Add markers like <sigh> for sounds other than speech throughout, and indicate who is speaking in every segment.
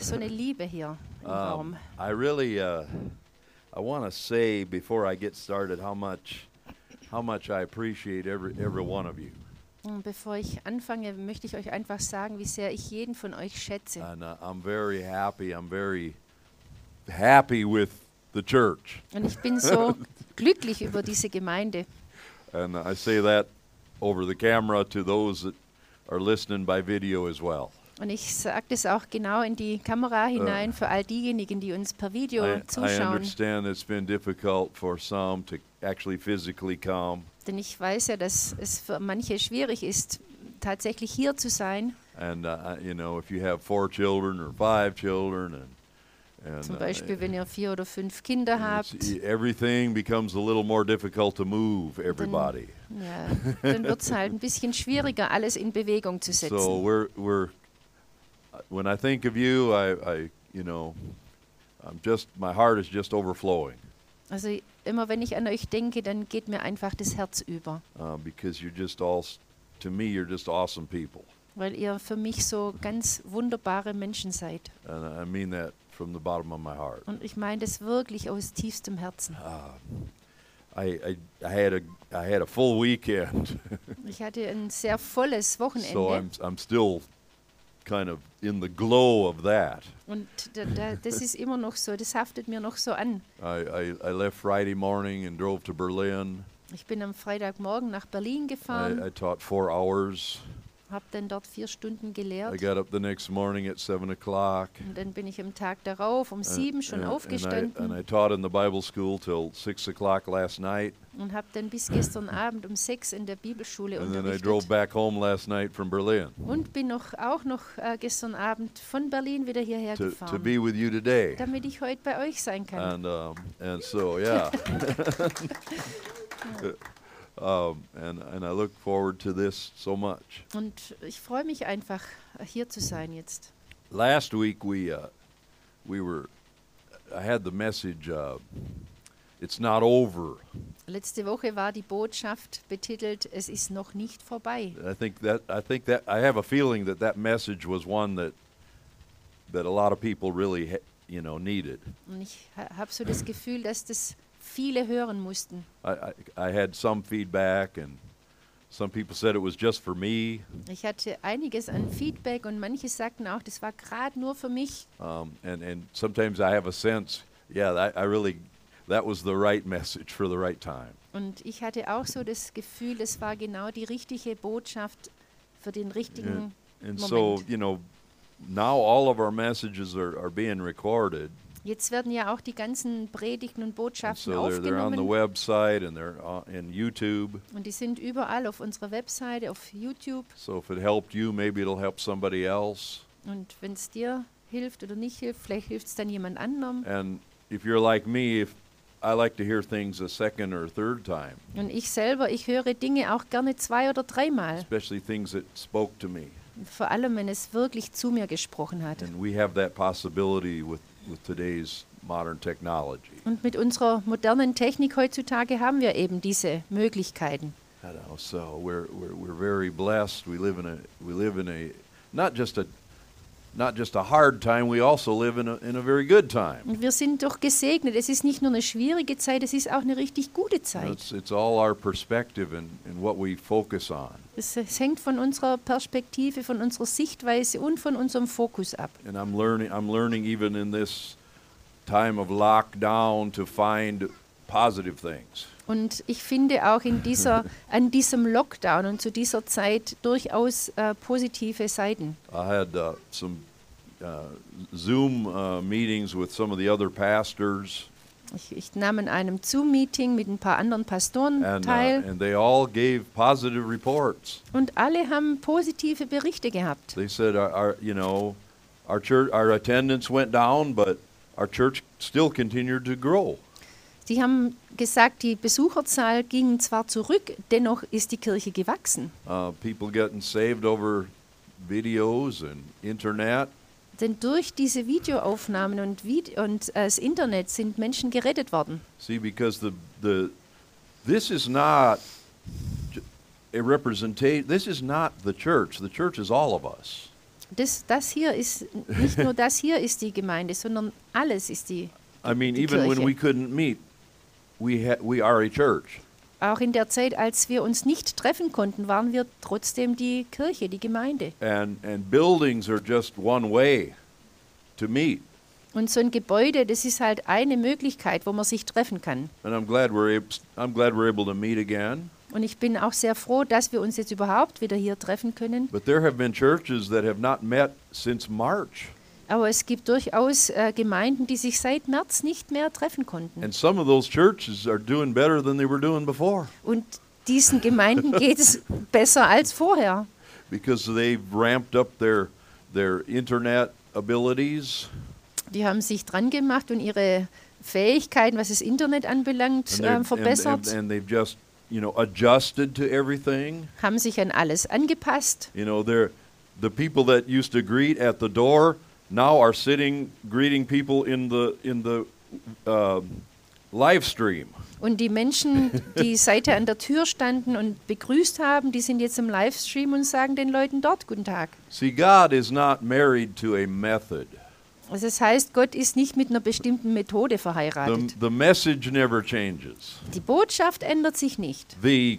Speaker 1: so eine Liebe hier im
Speaker 2: Ah.
Speaker 1: Raum.
Speaker 2: Um, I really, uh, I want to say before I get started how much, how much I appreciate every every one of you,
Speaker 1: Und Bevor ich anfange, möchte ich euch einfach sagen, wie sehr ich jeden von euch schätze.
Speaker 2: and uh, I'm very happy. I'm very happy with the church,
Speaker 1: Und ich bin so glücklich über diese Gemeinde.
Speaker 2: and I say that over the camera to those that are listening by video as well.
Speaker 1: Und ich sage das auch genau in die Kamera hinein für all diejenigen, die uns per Video
Speaker 2: I, I
Speaker 1: zuschauen.
Speaker 2: understand it's been difficult for some to actually physically come,
Speaker 1: Denn ich weiß ja, dass es für manche schwierig ist, tatsächlich hier zu sein.
Speaker 2: and uh, I- you know if you have four children or five children, and and
Speaker 1: Zum
Speaker 2: uh,
Speaker 1: Beispiel, wenn ihr vier oder fünf Kinder habt,
Speaker 2: It's- e, everything becomes a little more difficult to move everybody.
Speaker 1: ja, dann wird es halt ein bisschen schwieriger, alles in Bewegung zu
Speaker 2: So
Speaker 1: setzen.
Speaker 2: we're we're uh, when I think of you, I, I you know, I'm just my heart is just overflowing
Speaker 1: Also immer wenn ich an euch denke, dann geht mir einfach das Herz über,
Speaker 2: uh, because you're just all s- to me you're just awesome people,
Speaker 1: weil ihr für mich so ganz wunderbare Menschen seid.
Speaker 2: and I mean that from the bottom of my heart.
Speaker 1: Und ich meine das wirklich aus tiefstem Herzen.
Speaker 2: I I, I had a I had a full weekend,
Speaker 1: Ich hatte ein sehr volles
Speaker 2: <laughs> so
Speaker 1: Wochenende
Speaker 2: I'm I'm still kind of in the glow of that.
Speaker 1: und da, da, das ist immer noch so, das haftet mir noch so an.
Speaker 2: I, I, I left Friday morning and drove to Berlin.
Speaker 1: Ich bin am Freitagmorgen nach Berlin
Speaker 2: I, I
Speaker 1: gefahren,
Speaker 2: taught four hours.
Speaker 1: habe dann dort vier Stunden
Speaker 2: I
Speaker 1: gelehrt
Speaker 2: got up the next morning at seven o'clock. Uh,
Speaker 1: und dann bin ich am Tag darauf um sieben schon
Speaker 2: and, And I, and
Speaker 1: aufgestanden
Speaker 2: I taught in the Bible school till six o'clock last night.
Speaker 1: und habe dann bis gestern Abend um sechs in der Bibelschule
Speaker 2: And then I drove
Speaker 1: unterrichtet
Speaker 2: back home last night from Berlin
Speaker 1: und bin noch, auch noch äh, gestern Abend von Berlin wieder hierher
Speaker 2: to, to
Speaker 1: gefahren,
Speaker 2: be with you today.
Speaker 1: damit ich heute bei euch sein kann.
Speaker 2: And um, and
Speaker 1: <laughs>
Speaker 2: so yeah. <laughs> um, and and I look forward to this so much.
Speaker 1: Und ich freue mich einfach, äh, hier zu sein jetzt.
Speaker 2: Last week we uh, we were I had the message. Uh, it's not over.
Speaker 1: Letzte Woche war die Botschaft betitelt, es ist noch nicht vorbei.
Speaker 2: I think that I think that I have a feeling that that message was one that that a lot of people really ha- you know needed.
Speaker 1: Und ich habe so das Gefühl, dass das viele hören mussten.
Speaker 2: I, I I had some feedback and some people said it was just for me.
Speaker 1: Ich hatte einiges an Feedback und manche sagten auch, das war gerade nur für mich.
Speaker 2: Um, and and sometimes I have a sense, yeah, I, I really that was the right message for the right time.
Speaker 1: Und ich hatte auch so das Gefühl, das war genau die richtige Botschaft für den
Speaker 2: And,
Speaker 1: richtigen
Speaker 2: and so
Speaker 1: Moment.
Speaker 2: you know, now all of our messages are, are being recorded.
Speaker 1: Jetzt werden ja auch die ganzen Predigten und
Speaker 2: And
Speaker 1: Botschaften
Speaker 2: so they're they're on the
Speaker 1: aufgenommen.
Speaker 2: website and they're on, in YouTube.
Speaker 1: Und die sind überall auf unserer Webseite, auf YouTube.
Speaker 2: So if it helped you, maybe it'll help somebody else.
Speaker 1: Und wenn es dir hilft oder nicht hilft, vielleicht hilft es dann jemand anderem.
Speaker 2: And if you're like me, if I like to hear things a second or third time,
Speaker 1: Und ich selber, ich höre Dinge auch gerne zwei oder dreimal.
Speaker 2: especially things that spoke to me.
Speaker 1: Vor allem, wenn es wirklich zu mir gesprochen hat.
Speaker 2: And we have that possibility with, with today's modern technology.
Speaker 1: Und mit unserer modernen Technik heutzutage haben wir eben diese Möglichkeiten.
Speaker 2: You know, so we're, we're, we're very blessed. We live in a we live in a not just a not just a hard time. We also live in a in a very good time.
Speaker 1: Und wir sind doch gesegnet. Es ist nicht nur eine schwierige Zeit, es ist auch eine richtig gute Zeit.
Speaker 2: It's it's all our perspective and, and what we focus on.
Speaker 1: Es, es hängt von unserer Perspektive, von unserer Sichtweise und von unserem Fokus ab.
Speaker 2: and I'm learning I'm learning even in this time of lockdown to find positive things.
Speaker 1: Und ich finde auch in dieser, an diesem Lockdown und zu dieser Zeit durchaus äh, positive Seiten.
Speaker 2: I had uh, some uh, Zoom uh, meetings with some of the other pastors,
Speaker 1: Ich, ich nahm an einem Zoom-Meeting mit ein paar anderen Pastoren
Speaker 2: and uh,
Speaker 1: teil
Speaker 2: and they all gave positive reports.
Speaker 1: und alle haben positive Berichte gehabt.
Speaker 2: They said our, our you know our church our attendance went down, but our church still continued to grow.
Speaker 1: Sie haben gesagt, die Besucherzahl ging zwar zurück, dennoch ist die Kirche gewachsen.
Speaker 2: Uh, people getting saved over videos and internet.
Speaker 1: Denn durch diese Videoaufnahmen und, Vid und äh, das Internet sind Menschen gerettet worden.
Speaker 2: See, because the the this is not j- a representation. This is not the church. The church is all of us.
Speaker 1: Das, das hier ist, nicht nur das hier ist die Gemeinde, sondern alles ist die.
Speaker 2: I mean,
Speaker 1: Die
Speaker 2: even when
Speaker 1: Kirche.
Speaker 2: we couldn't meet, we ha- we are a church.
Speaker 1: Auch in der Zeit, als wir uns nicht treffen konnten, waren wir trotzdem die Kirche, die Gemeinde.
Speaker 2: And and buildings are just one way to meet.
Speaker 1: Und so ein Gebäude, das ist halt eine Möglichkeit, wo man sich treffen kann.
Speaker 2: And I'm glad we're ab- I'm glad we're able to meet again.
Speaker 1: Und ich bin auch sehr froh, dass wir uns jetzt überhaupt wieder hier treffen können.
Speaker 2: But there have been churches that have not met since March.
Speaker 1: Aber es gibt durchaus äh, Gemeinden, die sich seit März nicht mehr treffen konnten.
Speaker 2: And some of those churches are doing better than they were doing before
Speaker 1: Und diesen Gemeinden geht es besser als vorher,
Speaker 2: because they've ramped up their their internet abilities
Speaker 1: Die haben sich dran gemacht und ihre Fähigkeiten, was das Internet anbelangt,
Speaker 2: and, they're-
Speaker 1: äh,
Speaker 2: and, and,
Speaker 1: verbessert,
Speaker 2: and they've just you know adjusted to everything.
Speaker 1: haben sich an alles angepasst.
Speaker 2: You know, they're the people that used to greet at the door now are sitting greeting people in the in the um live stream.
Speaker 1: Und die Menschen,
Speaker 2: <laughs>
Speaker 1: die seither an der Tür standen und begrüßt haben, die sind jetzt im Livestream und sagen den Leuten dort Guten Tag.
Speaker 2: See, God is not married to a method.
Speaker 1: Also das heißt, Gott ist nicht mit einer bestimmten Methode
Speaker 2: The,
Speaker 1: verheiratet.
Speaker 2: the message never changes.
Speaker 1: Die Botschaft ändert sich nicht.
Speaker 2: The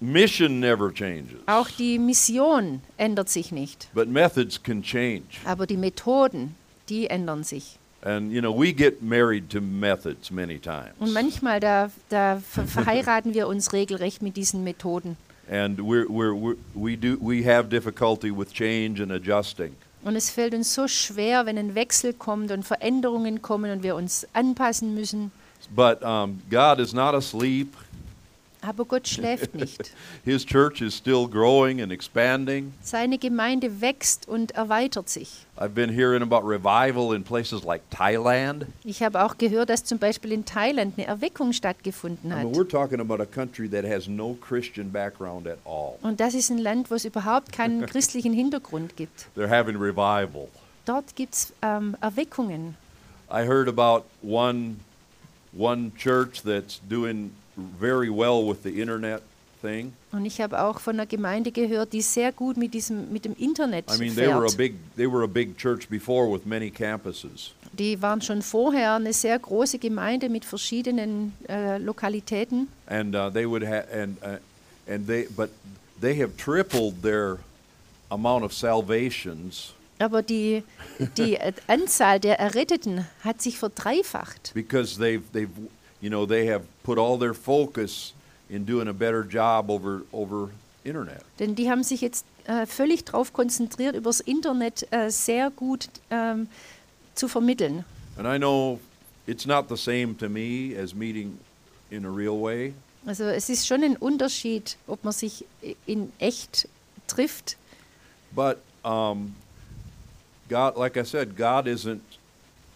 Speaker 2: mission never changes.
Speaker 1: Auch die Mission ändert sich nicht.
Speaker 2: But methods can change.
Speaker 1: Aber die Methoden, die ändern sich.
Speaker 2: And you know, we get married to methods Mm, many times.
Speaker 1: Und manchmal, da, da
Speaker 2: <laughs>
Speaker 1: ver- verheiraten wir uns regelrecht mit diesen Methoden.
Speaker 2: And we're, we're, we're, we do we have difficulty with change and adjusting.
Speaker 1: Und es fällt uns so schwer, wenn ein Wechsel kommt und Veränderungen kommen und wir uns anpassen müssen.
Speaker 2: But um, God is not asleep.
Speaker 1: Aber Gott schläft
Speaker 2: <laughs>
Speaker 1: nicht.
Speaker 2: His church is still growing and expanding.
Speaker 1: Seine Gemeinde wächst und erweitert sich.
Speaker 2: I've been hearing about revival in places like Thailand.
Speaker 1: Ich habe auch gehört, dass zum Beispiel in Thailand eine Erweckung stattgefunden
Speaker 2: I
Speaker 1: hat.
Speaker 2: mean, we're talking about a country that has no Christian background at all.
Speaker 1: Und das ist ein Land, wo es überhaupt keinen christlichen Hintergrund gibt.
Speaker 2: They're having revival.
Speaker 1: Dort gibt es ähm, Erweckungen.
Speaker 2: I heard about one one church that's doing very well with the internet thing.
Speaker 1: Und ich habe auch von einer Gemeinde gehört, die sehr gut mit, diesem, mit dem Internet
Speaker 2: I mean, they were a
Speaker 1: fährt.
Speaker 2: big they were a big church before with many campuses.
Speaker 1: Die waren schon vorher eine sehr große Gemeinde mit verschiedenen äh, Lokalitäten.
Speaker 2: and uh, they would have and uh, and they but they have tripled their amount of salvations
Speaker 1: Aber die, die äh, Anzahl der Erretteten hat sich verdreifacht,
Speaker 2: because they've they've you know they have put all their focus in doing a better job over over internet
Speaker 1: denn die haben sich jetzt äh, völlig darauf konzentriert, übers Internet äh, sehr gut ähm, zu vermitteln.
Speaker 2: and i know it's not the same to me as meeting in a real way
Speaker 1: Also es ist schon ein Unterschied, ob man sich i- in echt trifft.
Speaker 2: but um god like i said god isn't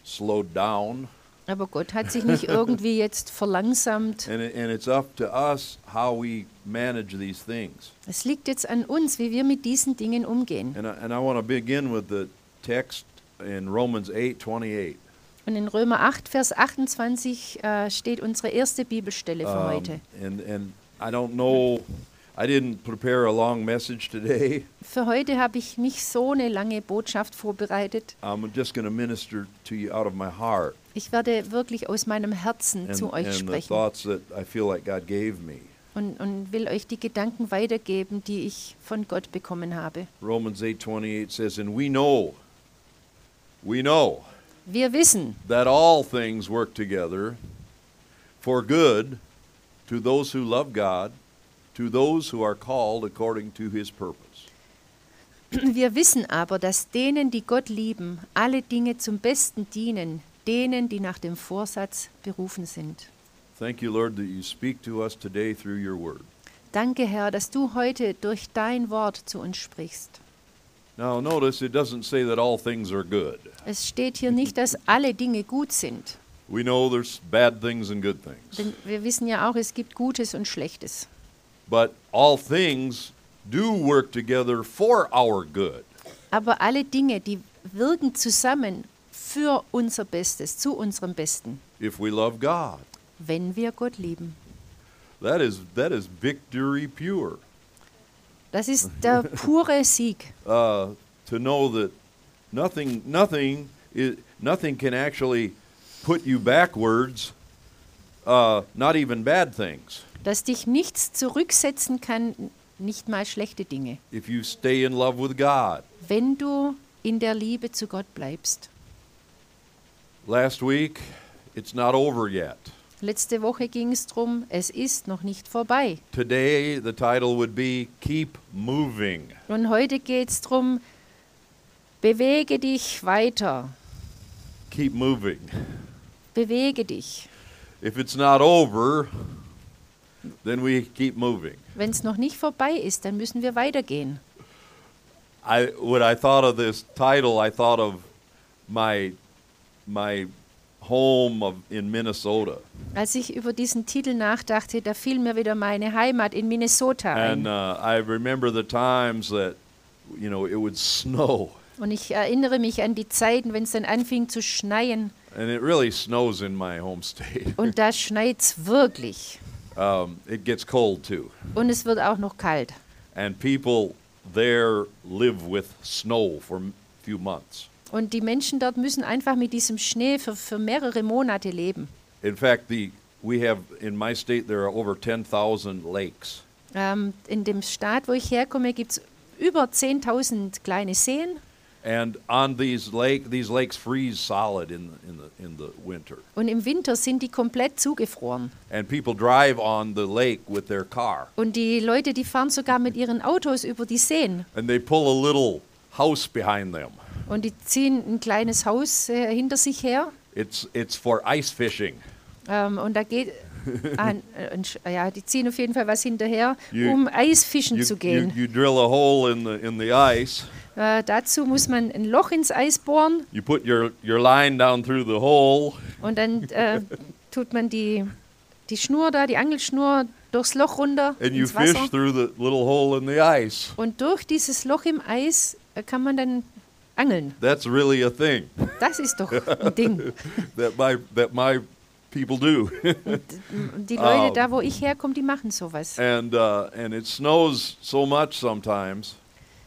Speaker 2: slowed down
Speaker 1: Aber Gott hat sich nicht irgendwie jetzt verlangsamt.
Speaker 2: and it, and it's up to us how we manage these things
Speaker 1: Es liegt jetzt an uns, wie wir mit diesen Dingen umgehen.
Speaker 2: And I, and I want to begin with the text in Romans 8 28.
Speaker 1: Und in Römer 8, Vers 28 äh, steht unsere erste Bibelstelle für
Speaker 2: Ähm,
Speaker 1: heute.
Speaker 2: Um, and, and I don't know, I didn't prepare a long message today. <laughs>
Speaker 1: Für heute habe ich nicht so eine lange Botschaft vorbereitet.
Speaker 2: I'm just going to minister to you out of my heart
Speaker 1: Ich werde wirklich aus meinem Herzen
Speaker 2: and,
Speaker 1: zu euch
Speaker 2: and the
Speaker 1: sprechen
Speaker 2: thoughts that I feel like God gave me.
Speaker 1: und, und will euch die Gedanken weitergeben, die ich von Gott bekommen habe.
Speaker 2: Romans 8 28 says, And we know, we know
Speaker 1: Wir wissen, <clears throat>
Speaker 2: that all things work together for good to those who love God, to those who are called according to his purpose.
Speaker 1: wir wissen aber, dass denen, die Gott lieben, alle Dinge zum Besten dienen, denen, die nach dem Vorsatz berufen sind.
Speaker 2: Thank you, Lord, that you speak to us today through your word.
Speaker 1: Danke, Herr, dass du heute durch dein Wort zu uns sprichst.
Speaker 2: Now, notice it doesn't say that all things are good.
Speaker 1: Es steht hier nicht, dass alle Dinge gut sind,
Speaker 2: We know there's bad things and good things.
Speaker 1: denn wir wissen ja auch, es gibt Gutes und Schlechtes.
Speaker 2: But all things do work together for our good.
Speaker 1: Aber alle Dinge, die wirken zusammen für unser Bestes, zu unserem Besten,
Speaker 2: If we love God,
Speaker 1: wenn wir Gott lieben.
Speaker 2: that is, that is victory pure.
Speaker 1: Das ist der pure Sieg.
Speaker 2: Uh, to know that nothing, nothing, is, nothing can actually put you backwards. Uh, not even bad things.
Speaker 1: dass dich nichts zurücksetzen kann, nicht mal schlechte Dinge,
Speaker 2: If you stay in love with God.
Speaker 1: wenn du in der Liebe zu Gott bleibst.
Speaker 2: Last week, it's not over yet.
Speaker 1: Letzte Woche ging es darum, es ist noch nicht vorbei.
Speaker 2: Today, the title would be Keep Moving.
Speaker 1: Und heute geht es darum, bewege dich weiter,
Speaker 2: Keep moving.
Speaker 1: bewege dich.
Speaker 2: If it's not over, then we keep moving.
Speaker 1: Wenn es noch nicht vorbei ist, dann müssen wir weitergehen.
Speaker 2: I, when I thought of this title, I thought of my, my home of, in Minnesota.
Speaker 1: Als ich über diesen Titel nachdachte, da fiel mir wieder meine Heimat in Minnesota ein.
Speaker 2: And uh, I remember the times that, you know, it would <laughs> snow.
Speaker 1: Und ich erinnere mich an die Zeiten, wenn es dann anfing zu schneien.
Speaker 2: And it really snows in my home state.
Speaker 1: Und da schneit es wirklich.
Speaker 2: Um, it gets cold too.
Speaker 1: Und es wird auch noch kalt.
Speaker 2: And people there live with snow for a few months.
Speaker 1: Und die Menschen dort müssen einfach mit diesem Schnee für, für mehrere Monate leben.
Speaker 2: In fact, the, we have, in my state, there are over 10,000 lakes.
Speaker 1: Ähm, in dem Staat, wo ich herkomme, gibt es über 10.000 kleine Seen.
Speaker 2: And on these lake, these lakes freeze solid in the, in the in the winter.
Speaker 1: Und im Winter sind die komplett zugefroren.
Speaker 2: And people drive on the lake with their car,
Speaker 1: Und die Leute, die fahren sogar mit ihren Autos über die Seen.
Speaker 2: and they pull a little house behind them.
Speaker 1: Und die ziehen ein kleines Haus äh, hinter sich her.
Speaker 2: It's it's for ice fishing.
Speaker 1: Ähm, und da
Speaker 2: <laughs>
Speaker 1: geht. An, äh, ein Sch- ja, die ziehen auf jeden Fall was hinterher,
Speaker 2: You-
Speaker 1: um Eisfischen
Speaker 2: You,
Speaker 1: zu
Speaker 2: you,
Speaker 1: gehen.
Speaker 2: you drill a hole in the in the ice.
Speaker 1: äh, dazu muss man ein Loch ins Eis bohren
Speaker 2: You put your your line down through the hole,
Speaker 1: Und dann äh, tut man die, die Schnur da, die Angelschnur durchs Loch runter
Speaker 2: and you
Speaker 1: ins
Speaker 2: fish
Speaker 1: Wasser.
Speaker 2: through the little hole in the ice.
Speaker 1: Und durch dieses Loch im Eis äh, kann man dann angeln.
Speaker 2: That's really a thing
Speaker 1: Das ist doch ein Ding.
Speaker 2: that my that my people do. <laughs>
Speaker 1: Die
Speaker 2: Ah.
Speaker 1: Leute da, wo ich herkomme, die machen sowas.
Speaker 2: and uh, and it snows so much sometimes.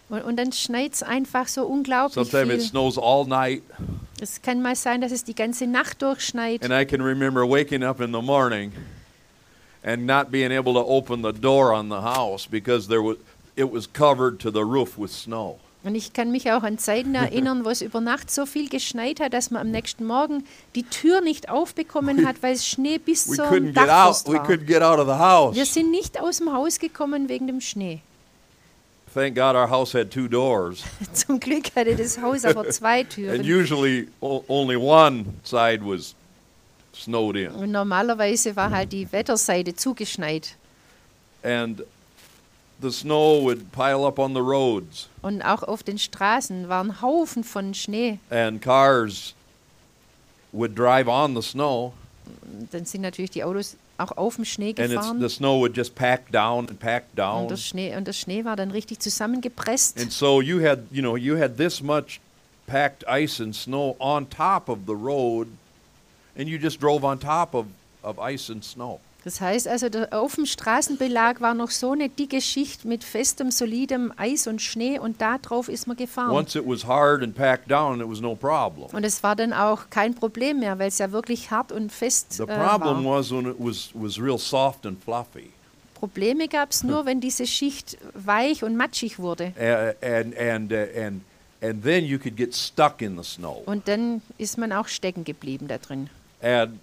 Speaker 1: Und, und dann schneit es einfach so unglaublich
Speaker 2: Sometimes it
Speaker 1: viel.
Speaker 2: snows all night,
Speaker 1: Es kann mal sein, dass es die ganze Nacht durchschneit.
Speaker 2: and I can remember waking up in the morning and not being able to open the door on the house because there was it was covered to the roof with snow.
Speaker 1: Und ich kann mich auch an
Speaker 2: <laughs>
Speaker 1: Zeiten erinnern, wo es über Nacht so viel geschneit hat, dass man am nächsten Morgen die Tür nicht aufbekommen hat, weil es Schnee bis
Speaker 2: We
Speaker 1: zum
Speaker 2: couldn't get out.
Speaker 1: Dachfrost
Speaker 2: We
Speaker 1: war.
Speaker 2: couldn't get out of the
Speaker 1: Wir
Speaker 2: house.
Speaker 1: sind nicht aus dem Haus gekommen wegen dem Schnee. <laughs>
Speaker 2: Thank God our house had two <laughs> doors,
Speaker 1: Zum Glück hatte das Haus
Speaker 2: <laughs>
Speaker 1: aber zwei
Speaker 2: and
Speaker 1: Türen.
Speaker 2: usually o- only one side was snowed in.
Speaker 1: Und normalerweise war halt die Wetterseite zugeschneit.
Speaker 2: And the snow would pile up on the roads,
Speaker 1: Und auch auf den Straßen waren Haufen von Schnee.
Speaker 2: and cars would drive on the snow.
Speaker 1: Und dann sind natürlich die Autos auch auf dem Schnee
Speaker 2: and it's,
Speaker 1: gefahren.
Speaker 2: the snow would just pack down and pack
Speaker 1: Und
Speaker 2: down.
Speaker 1: der, Schnee, und der Schnee war dann richtig zusammengepresst.
Speaker 2: And so you had, you know, you had this much packed ice and snow on top of the road, and you just drove on top of, of ice and snow.
Speaker 1: Das heißt also, der, auf dem Straßenbelag war noch so eine dicke Schicht mit festem, solidem Eis und Schnee und da drauf ist man gefahren.
Speaker 2: Once it was hard and packed down, it was no problem.
Speaker 1: Und es war dann auch kein Problem mehr, weil es ja wirklich hart und fest
Speaker 2: The
Speaker 1: äh,
Speaker 2: problem
Speaker 1: war.
Speaker 2: was when it was, was real soft and fluffy.
Speaker 1: Probleme gab es
Speaker 2: Hm.
Speaker 1: nur, wenn diese Schicht weich und matschig wurde.
Speaker 2: And, and, and, uh, and, and then you could get stuck in the snow.
Speaker 1: Und dann ist man auch stecken geblieben da drin.
Speaker 2: And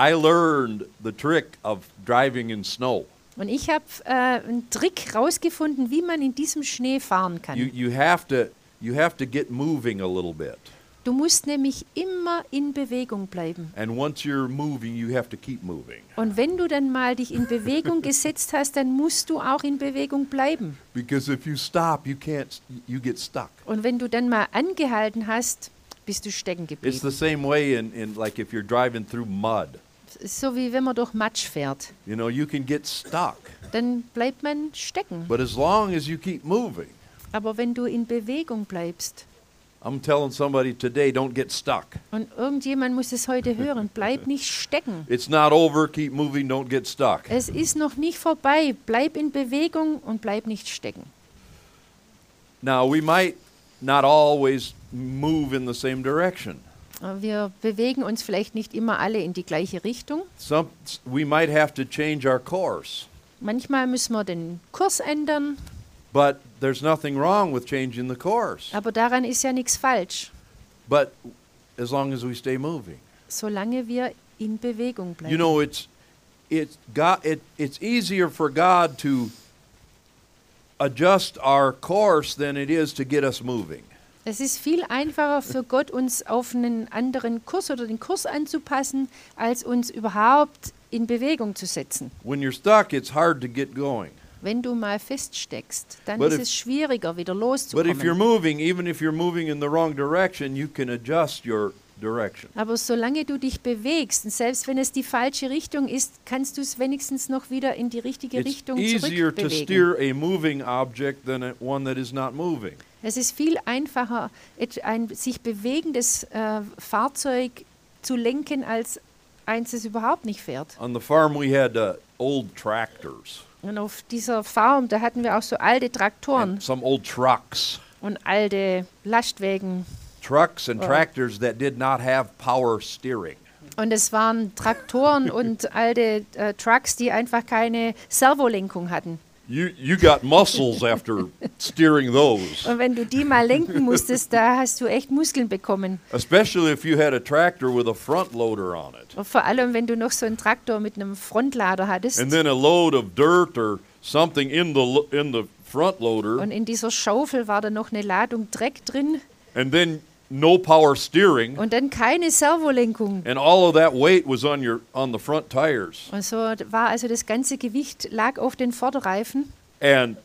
Speaker 2: I learned the trick of driving in snow.
Speaker 1: Und ich habe äh, einen Trick rausgefunden, wie man in diesem Schnee fahren kann.
Speaker 2: You, you have to you have to get moving a little bit.
Speaker 1: du musst nämlich immer in Bewegung bleiben.
Speaker 2: And once you're moving, you have to keep moving
Speaker 1: Und wenn du dann mal dich in Bewegung gesetzt hast, dann musst du auch in Bewegung bleiben.
Speaker 2: because if you stop, you can't you get stuck.
Speaker 1: Und wenn du dann mal angehalten hast, bist du stecken geblieben.
Speaker 2: It's the same way in, in like if you're driving through mud.
Speaker 1: So wie wenn man durch Matsch fährt.
Speaker 2: You know, you can get stuck.
Speaker 1: Dann bleibt man stecken.
Speaker 2: But as long as you keep moving,
Speaker 1: Aber wenn du in Bewegung bleibst,
Speaker 2: I'm telling somebody today, don't get stuck.
Speaker 1: Und irgendjemand muss es heute hören. Bleib nicht stecken.
Speaker 2: It's not over, keep moving, don't get stuck.
Speaker 1: Es ist noch nicht vorbei. Bleib in Bewegung und bleib nicht stecken.
Speaker 2: Now we might not always move in the same direction.
Speaker 1: Äh, Wir bewegen uns vielleicht nicht immer alle in die gleiche Richtung.
Speaker 2: Some, we might have to change our course,
Speaker 1: Manchmal müssen wir den Kurs ändern,
Speaker 2: but there's nothing wrong with changing the course.
Speaker 1: aber daran ist ja nichts falsch,
Speaker 2: But as long as we stay moving,
Speaker 1: solange wir in Bewegung bleiben.
Speaker 2: you know, it's it's God. It, it's easier for God to adjust our course than it is to get us moving.
Speaker 1: es ist viel einfacher für Gott, uns auf einen anderen Kurs oder den Kurs anzupassen, als uns überhaupt in Bewegung zu setzen.
Speaker 2: When you're stuck, it's hard to get going.
Speaker 1: Wenn du mal feststeckst, dann
Speaker 2: But
Speaker 1: ist
Speaker 2: if-
Speaker 1: es schwieriger, wieder
Speaker 2: But if you're
Speaker 1: loszukommen.
Speaker 2: moving, even if you're moving in the wrong direction, you can adjust your direction.
Speaker 1: Aber solange du dich bewegst, und selbst wenn es die falsche Richtung ist, kannst du es wenigstens noch wieder in die richtige
Speaker 2: It's
Speaker 1: Richtung
Speaker 2: easier to
Speaker 1: zurückbewegen.
Speaker 2: steer a moving object than a, one that is not moving.
Speaker 1: Es ist viel einfacher, et- ein sich bewegendes äh, Fahrzeug zu lenken, als eins, das überhaupt nicht fährt.
Speaker 2: On the farm, we had uh, old tractors,
Speaker 1: Und auf dieser Farm, da hatten wir auch so alte Traktoren
Speaker 2: and some old trucks,
Speaker 1: und alte Lastwägen.
Speaker 2: trucks and
Speaker 1: Wow.
Speaker 2: tractors that did not have power steering.
Speaker 1: Und es waren Traktoren und alte äh, Trucks, die einfach keine Servolenkung hatten.
Speaker 2: You you got muscles after steering those,
Speaker 1: Und wenn du die mal lenken musstest, da hast du echt Muskeln bekommen.
Speaker 2: especially if you had a tractor with a front loader on it,
Speaker 1: Und vor allem, wenn du noch so einen Traktor mit einem Frontlader hattest.
Speaker 2: and then a load of dirt or something in the lo- in the front loader.
Speaker 1: Und in dieser Schaufel war da noch eine Ladung Dreck drin
Speaker 2: and then no power steering
Speaker 1: und dann keine Servolenkung.
Speaker 2: and all of that weight was on your on the front tires
Speaker 1: Und so war also das ganze Gewicht lag auf den Vorderreifen
Speaker 2: and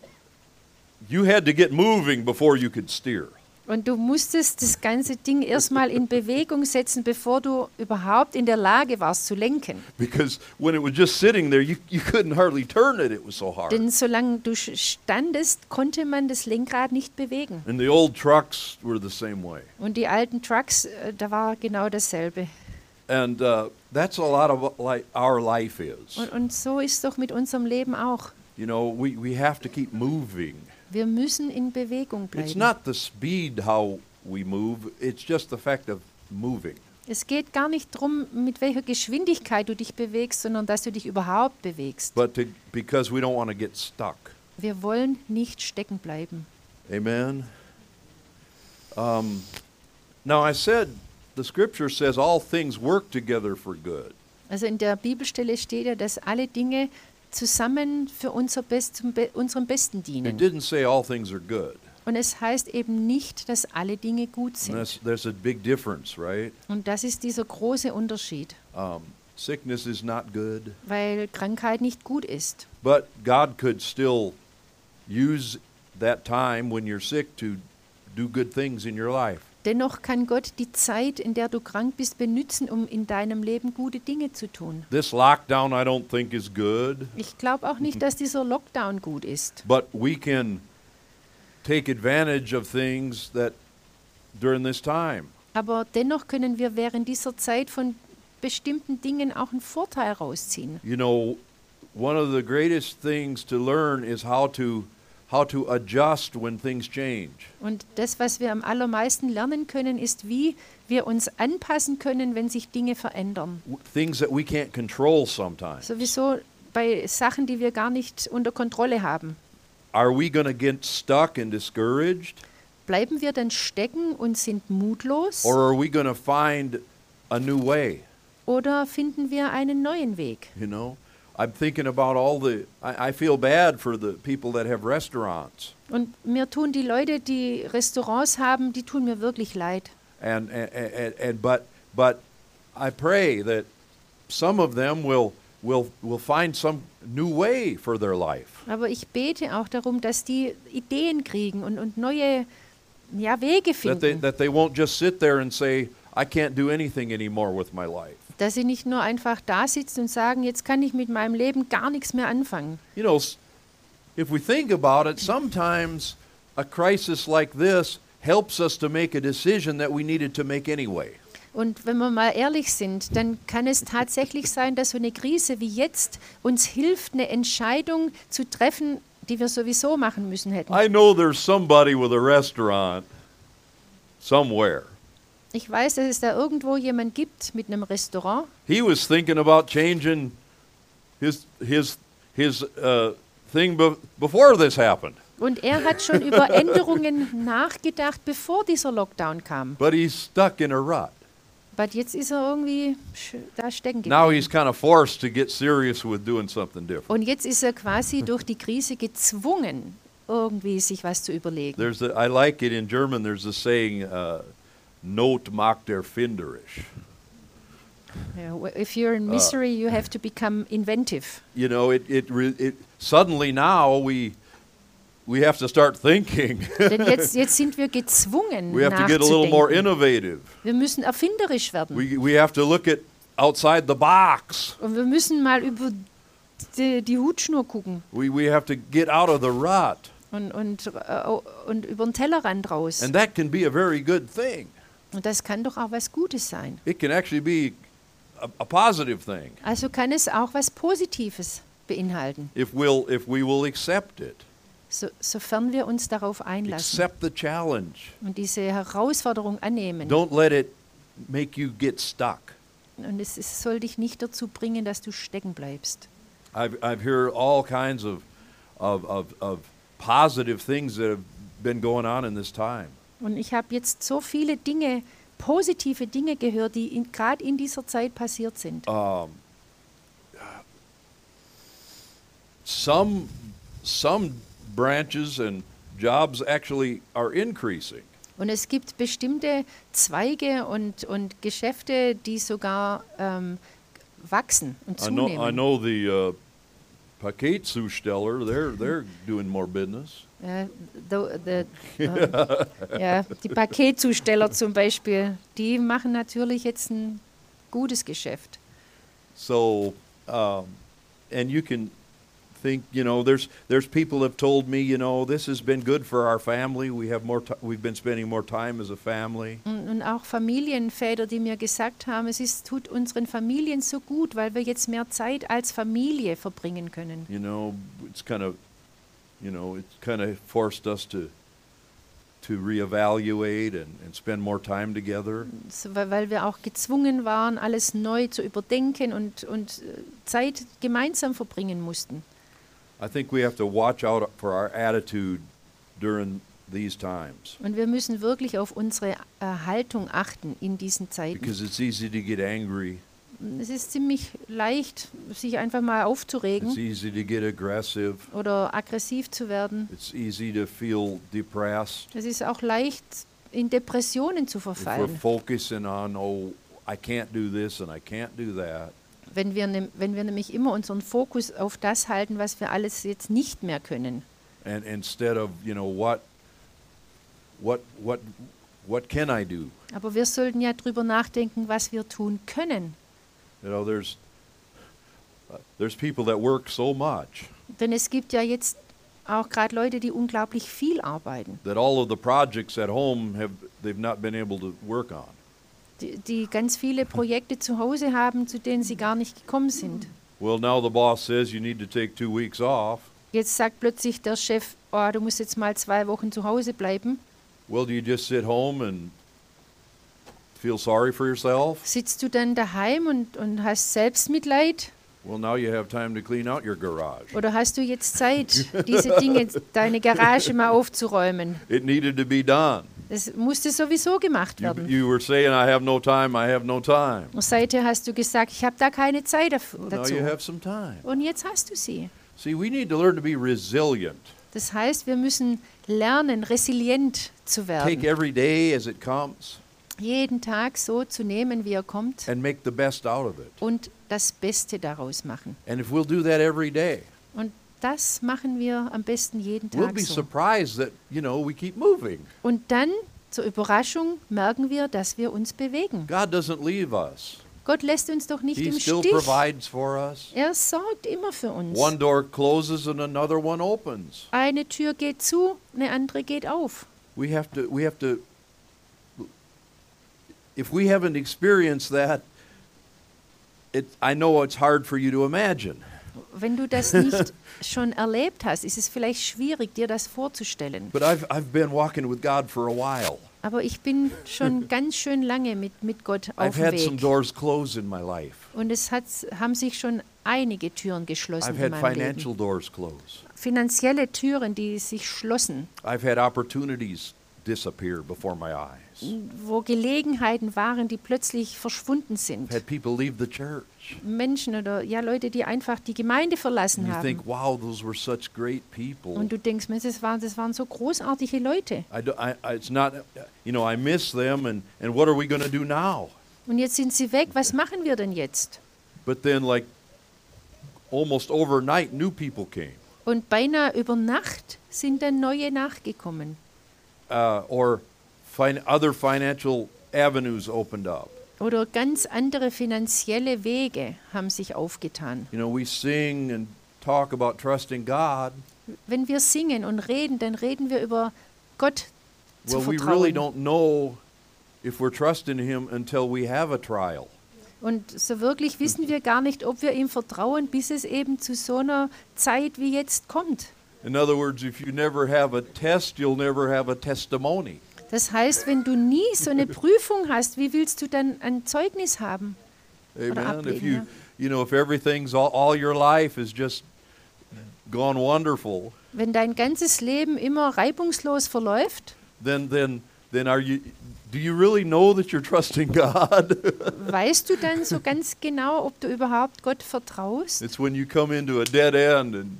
Speaker 2: you had to get moving before you could steer
Speaker 1: und du musstest das ganze Ding erstmal in Bewegung setzen, bevor du überhaupt in der Lage warst zu lenken.
Speaker 2: because when it was just sitting there you, you couldn't hardly turn it it was so hard
Speaker 1: Denn solange du sch- standest, konnte man das Lenkrad nicht bewegen.
Speaker 2: and the old trucks were the same way
Speaker 1: Und die alten Trucks, äh, da war genau dasselbe.
Speaker 2: and uh, that's a lot of what like our life is
Speaker 1: Und, und so ist es doch mit unserem Leben auch.
Speaker 2: you know we, we have to keep moving
Speaker 1: Wir müssen in Bewegung
Speaker 2: it's
Speaker 1: bleiben.
Speaker 2: not the speed how we move it's just the fact of moving
Speaker 1: Es geht gar nicht darum, mit welcher Geschwindigkeit du dich bewegst, sondern dass du dich überhaupt bewegst.
Speaker 2: but to, because we don't want to get stuck
Speaker 1: Wir wollen nicht stecken bleiben.
Speaker 2: Amen. Um, now I said the scripture says all things work together for good.
Speaker 1: Also in der Bibelstelle steht ja, dass alle Dinge zusammen für unser Best, zum Be unserem Besten
Speaker 2: It
Speaker 1: dienen.
Speaker 2: didn't say all things are good.
Speaker 1: Und es heißt eben nicht, dass alle Dinge gut
Speaker 2: And that's,
Speaker 1: sind.
Speaker 2: there's a big difference, right?
Speaker 1: Und das ist dieser große Unterschied,
Speaker 2: Um, sickness is not good,
Speaker 1: weil Krankheit nicht gut ist.
Speaker 2: but God could still use that time when you're sick to do good things in your life.
Speaker 1: Dennoch kann Gott die Zeit, in der du krank bist, benützen, um in deinem Leben gute Dinge zu tun.
Speaker 2: This lockdown I don't think is good,
Speaker 1: Ich glaube auch nicht, dass dieser Lockdown gut ist.
Speaker 2: but we can take advantage of things that during this time.
Speaker 1: Aber dennoch können wir während dieser Zeit von bestimmten Dingen auch einen Vorteil rausziehen.
Speaker 2: you know one of the greatest things to learn is how to how to adjust when things change
Speaker 1: Und das, was wir am allermeisten lernen können, ist, wie wir uns anpassen können, wenn sich Dinge verändern.
Speaker 2: W- things that we can't control sometimes
Speaker 1: Sowieso bei Sachen, die wir gar nicht unter Kontrolle haben.
Speaker 2: are we going to get stuck and discouraged
Speaker 1: Bleiben wir dann stecken und sind mutlos
Speaker 2: or are we going to find a new way
Speaker 1: oder finden wir einen neuen Weg?
Speaker 2: you know i'm thinking about all the i, I feel bad for the people that have restaurants
Speaker 1: Und mir tun die Leute, die Restaurants haben, die tun mir wirklich leid.
Speaker 2: and and, and, and but but i pray that some of them will will will find some new way for their life
Speaker 1: Aber ich bete auch darum, dass die Ideen kriegen und, und neue ja, Wege
Speaker 2: that they,
Speaker 1: finden.
Speaker 2: that they won't just sit there and say, I can't do anything anymore with my life.
Speaker 1: dass sie nicht nur einfach da sitzen und sagen, jetzt kann ich mit meinem Leben gar nichts mehr anfangen.
Speaker 2: You know, s- if we think about it, sometimes a crisis like this helps us to make a decision that we needed to make anyway.
Speaker 1: Und wenn wir mal ehrlich sind, dann kann es tatsächlich sein, dass so eine Krise wie jetzt uns hilft, eine Entscheidung zu treffen, die wir sowieso machen müssen hätten.
Speaker 2: I know there's somebody with a restaurant somewhere.
Speaker 1: Ich weiß, dass es da irgendwo jemand gibt mit einem Restaurant.
Speaker 2: He was thinking about changing his his his uh, thing be- before this happened,
Speaker 1: Und er hat
Speaker 2: <laughs>
Speaker 1: schon über Änderungen nachgedacht, bevor dieser Lockdown kam.
Speaker 2: but he's stuck in a rut.
Speaker 1: Aber jetzt ist er irgendwie sch- da stecken
Speaker 2: Now
Speaker 1: geblieben.
Speaker 2: he's kind of forced to get serious with doing something different.
Speaker 1: Und jetzt ist er quasi durch die Krise gezwungen, irgendwie sich was zu überlegen.
Speaker 2: There's a, I like it in German. There's a saying, uh, "Not macht der Finderisch."
Speaker 1: Ja, w- If you're in misery, you have to become inventive.
Speaker 2: You know, it it, re, it suddenly now we we have to start thinking. <laughs>
Speaker 1: Denn jetzt, jetzt sind wir gezwungen,
Speaker 2: we have to get a little more
Speaker 1: nachzudenken.
Speaker 2: innovative.
Speaker 1: Wir müssen erfinderisch werden.
Speaker 2: We we have to look at outside the box.
Speaker 1: Und wir müssen mal über die, die Hutschnur gucken
Speaker 2: We we have to get out of the rut,
Speaker 1: und, und, äh, und über den Tellerrand raus.
Speaker 2: and that can be a very good thing.
Speaker 1: Und das kann doch auch was Gutes sein.
Speaker 2: It can actually be a, a positive thing
Speaker 1: Also kann es auch was Positives beinhalten,
Speaker 2: if we'll if we will accept it,
Speaker 1: so, sofern wir uns darauf einlassen
Speaker 2: accept the challenge.
Speaker 1: und diese Herausforderung annehmen.
Speaker 2: Don't let it make you get stuck.
Speaker 1: Und es, es soll dich nicht dazu bringen, dass du stecken bleibst.
Speaker 2: I've, I've heard all kinds of, of, of, of positive things that have been going on in this time.
Speaker 1: Und ich habe jetzt so viele Dinge, positive Dinge gehört, die gerade in dieser Zeit passiert sind.
Speaker 2: Some, some branches and jobs actually are increasing.
Speaker 1: Und es gibt bestimmte Zweige und, und Geschäfte, die sogar ähm, wachsen und
Speaker 2: I know, I
Speaker 1: zunehmen.
Speaker 2: know the uh, Paketzusteller, they're, they're doing more business.
Speaker 1: Äh, the, the, ähm, ja, die Paketzusteller zum Beispiel, die machen natürlich jetzt ein gutes Geschäft.
Speaker 2: So, um, and you can think, you know, there's there's people have told me, you know, this has been good for our family. We have more, ti we've been spending more time as a family.
Speaker 1: Und, und auch Familienväter, die mir gesagt haben, es ist, tut unseren Familien so gut, weil wir jetzt mehr Zeit als Familie verbringen können.
Speaker 2: You know, it's kind of, you know, it's kind of forced us to to reevaluate and, and spend more time together.
Speaker 1: So, weil weil wir auch gezwungen waren, alles neu zu überdenken und, und äh, Zeit gemeinsam verbringen mussten.
Speaker 2: I think we have to watch out for our attitude during these times
Speaker 1: Und wir müssen wirklich auf unsere äh, Haltung achten in diesen Zeiten.
Speaker 2: because it's easy to get angry.
Speaker 1: Es ist ziemlich leicht, sich einfach mal
Speaker 2: It's
Speaker 1: aufzuregen
Speaker 2: easy to get aggressive.
Speaker 1: oder aggressiv zu werden.
Speaker 2: It's easy to feel depressed.
Speaker 1: Es ist auch leicht, in Depressionen zu
Speaker 2: If we're
Speaker 1: verfallen,
Speaker 2: focusing on, oh, I can't do this and I can't do that,
Speaker 1: wenn wir, nem- wenn wir nämlich immer unseren Fokus auf das halten, was wir alles jetzt nicht mehr können.
Speaker 2: and instead of you know what, what, what, what can I do?
Speaker 1: Aber wir sollten ja drüber nachdenken, was wir tun können.
Speaker 2: You know, there's uh, there's people that work so much
Speaker 1: Denn es gibt ja jetzt auch gerade Leute, die unglaublich viel arbeiten.
Speaker 2: that all of the projects at home have they've not been able to work on.
Speaker 1: die, die ganz viele Projekte zu Hause haben, zu denen sie gar nicht gekommen sind.
Speaker 2: Well, now the boss says you need to take two weeks off.
Speaker 1: Jetzt sagt plötzlich der Chef, oh, du musst jetzt mal zwei Wochen zu Hause bleiben.
Speaker 2: Well, do you just sit home and feel sorry for yourself?
Speaker 1: Sitzt du dann daheim und, und hast Selbstmitleid?
Speaker 2: Well, now you have time to clean out your garage.
Speaker 1: Oder hast du jetzt Zeit, diese Dinge, deine Garage mal aufzuräumen?
Speaker 2: It needed to be done.
Speaker 1: Das musste sowieso gemacht
Speaker 2: You,
Speaker 1: werden.
Speaker 2: you were saying, I have no time, I have no time.
Speaker 1: Und seither hast du gesagt, ich habe da keine Zeit daf-
Speaker 2: Well, now
Speaker 1: dazu.
Speaker 2: you have some time.
Speaker 1: Und jetzt hast du sie.
Speaker 2: See, we need to learn to be resilient.
Speaker 1: Das heißt, wir müssen lernen, resilient zu
Speaker 2: Take
Speaker 1: werden.
Speaker 2: every day as it comes
Speaker 1: Jeden Tag so zu nehmen, wie er kommt.
Speaker 2: and make the best out of it.
Speaker 1: und das Beste daraus machen.
Speaker 2: And if we'll do that every day,
Speaker 1: Und das machen wir am besten jeden
Speaker 2: we'll
Speaker 1: Tag
Speaker 2: be
Speaker 1: so.
Speaker 2: surprised that, you know, we keep moving.
Speaker 1: Und dann zur Überraschung merken wir, dass wir uns bewegen.
Speaker 2: God doesn't leave us.
Speaker 1: Gott lässt uns doch nicht
Speaker 2: He
Speaker 1: im
Speaker 2: still
Speaker 1: Stich.
Speaker 2: provides for us.
Speaker 1: Er sorgt immer für uns.
Speaker 2: One door closes and another one opens.
Speaker 1: Eine Tür geht zu, eine andere geht auf.
Speaker 2: We have to we have to if we haven't experienced that, it I know it's hard for you to imagine.
Speaker 1: Wenn du
Speaker 2: <laughs>
Speaker 1: das nicht schon erlebt hast, ist es vielleicht schwierig, dir das vorzustellen.
Speaker 2: But I've, I've been walking with God for a while.
Speaker 1: Aber ich bin
Speaker 2: <laughs>
Speaker 1: schon ganz schön lange mit, mit Gott auf
Speaker 2: I've
Speaker 1: dem
Speaker 2: had some
Speaker 1: Weg.
Speaker 2: doors closed in my life.
Speaker 1: Und es hat, haben sich schon einige Türen geschlossen
Speaker 2: I've
Speaker 1: in
Speaker 2: had
Speaker 1: meinem Leben.
Speaker 2: financial doors close.
Speaker 1: Finanzielle Türen, die sich schlossen,
Speaker 2: I've had opportunities disappear before my eyes.
Speaker 1: wo Gelegenheiten waren, die plötzlich verschwunden sind.
Speaker 2: I've had people leave the church.
Speaker 1: Menschen oder ja Leute, die einfach die Gemeinde
Speaker 2: And
Speaker 1: verlassen
Speaker 2: you
Speaker 1: haben.
Speaker 2: think, wow, those were such great people.
Speaker 1: Und du denkst, Mensch, das waren, das waren so großartige Leute.
Speaker 2: I do, I, I, it's not, you know, I miss them, and, and what are we going to do now?
Speaker 1: Und jetzt sind sie weg. Was machen wir denn jetzt?
Speaker 2: But then, like, almost overnight, new people came.
Speaker 1: Und beinahe über Nacht sind dann neue nachgekommen.
Speaker 2: uh, or fin- other financial avenues opened up.
Speaker 1: Oder ganz andere finanzielle Wege haben sich aufgetan.
Speaker 2: You know, we sing and talk about trusting God.
Speaker 1: Wenn wir singen und reden, dann reden wir über Gott zu
Speaker 2: Well, we
Speaker 1: vertrauen.
Speaker 2: really don't know if we're trusting Him until we have a trial.
Speaker 1: Und so wirklich wissen wir gar nicht, ob wir ihm vertrauen, bis es eben zu so einer Zeit wie jetzt kommt.
Speaker 2: In other words, if you never have a test, you'll never have a testimony.
Speaker 1: Das heißt, wenn du nie so
Speaker 2: <laughs>
Speaker 1: eine Prüfung hast, wie willst du dann ein Zeugnis haben?
Speaker 2: Amen. If
Speaker 1: ablegen,
Speaker 2: you,
Speaker 1: yeah.
Speaker 2: you know, if everything's all, all your life has just gone wonderful,
Speaker 1: Wenn dein ganzes Leben immer reibungslos verläuft,
Speaker 2: then then then are you? Do you really know that you're <laughs> trusting God? <laughs>
Speaker 1: weißt du dann so ganz genau, ob du überhaupt Gott vertraust?
Speaker 2: It's when you come into a dead end and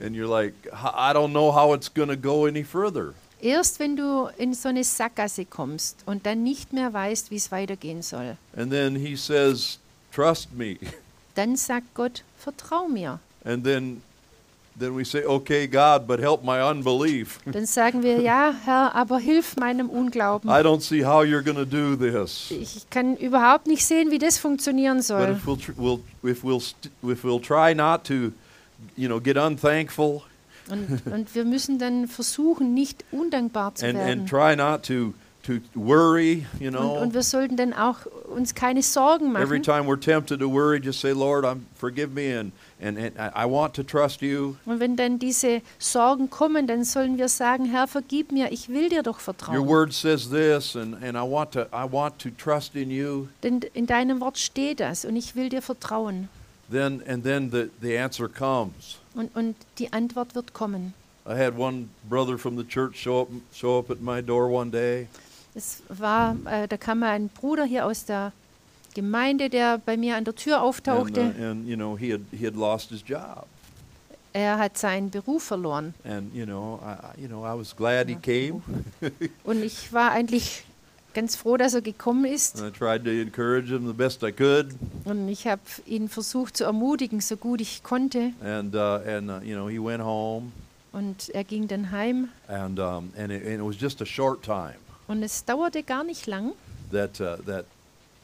Speaker 2: and you're like, "H- I don't know how it's going to go any further.
Speaker 1: Erst wenn du in so eine Sackgasse kommst und dann nicht mehr weißt, wie es weitergehen soll,
Speaker 2: And then he says, "Trust me." <laughs>
Speaker 1: dann sagt Gott, vertrau mir.
Speaker 2: And then then we say, "Okay, God, but help my unbelief.
Speaker 1: Dann sagen wir, ja, Herr, aber hilf meinem Unglauben.
Speaker 2: I don't see how you're going to do this."
Speaker 1: Ich kann überhaupt nicht sehen, wie das funktionieren
Speaker 2: But
Speaker 1: soll.
Speaker 2: if we'll, tr- we'll if we'll st- if we'll try not to, you know, get unthankful
Speaker 1: Und, und wir müssen dann versuchen, nicht undankbar zu
Speaker 2: and
Speaker 1: werden.
Speaker 2: and try not to to worry, you
Speaker 1: Und,
Speaker 2: know.
Speaker 1: und wir sollten dann auch uns keine Sorgen
Speaker 2: Every
Speaker 1: machen.
Speaker 2: time we're tempted to worry, just say, "Lord, I'm forgive me, and and, and I I want to trust you."
Speaker 1: Und wenn dann diese Sorgen kommen, dann sollen wir sagen, Herr, vergib mir, ich will dir doch
Speaker 2: Your
Speaker 1: vertrauen.
Speaker 2: word says this, and, and I want to I want to trust in you.
Speaker 1: Denn in deinem Wort steht das und ich will dir vertrauen.
Speaker 2: Then and then the, the answer comes.
Speaker 1: Und, und die Antwort wird kommen.
Speaker 2: I had one brother from the church show up show up at my door one day,
Speaker 1: Es war, äh, da kam mal ein Bruder hier aus der Gemeinde, der bei mir an der Tür
Speaker 2: and, uh,
Speaker 1: auftauchte.
Speaker 2: and you know he had he had lost his job,
Speaker 1: Er hat seinen Beruf verloren.
Speaker 2: and you know I I- you know I was glad he came,
Speaker 1: Und ich war eigentlich ganz froh, dass er gekommen ist.
Speaker 2: and I tried to encourage him the best I could,
Speaker 1: Und ich habe ihn versucht zu ermutigen, so gut ich konnte.
Speaker 2: and uh, and uh, you know he went home,
Speaker 1: Und er ging dann heim.
Speaker 2: and um, and, it, and it was just a short time
Speaker 1: Und es dauerte gar nicht lang.
Speaker 2: that uh, that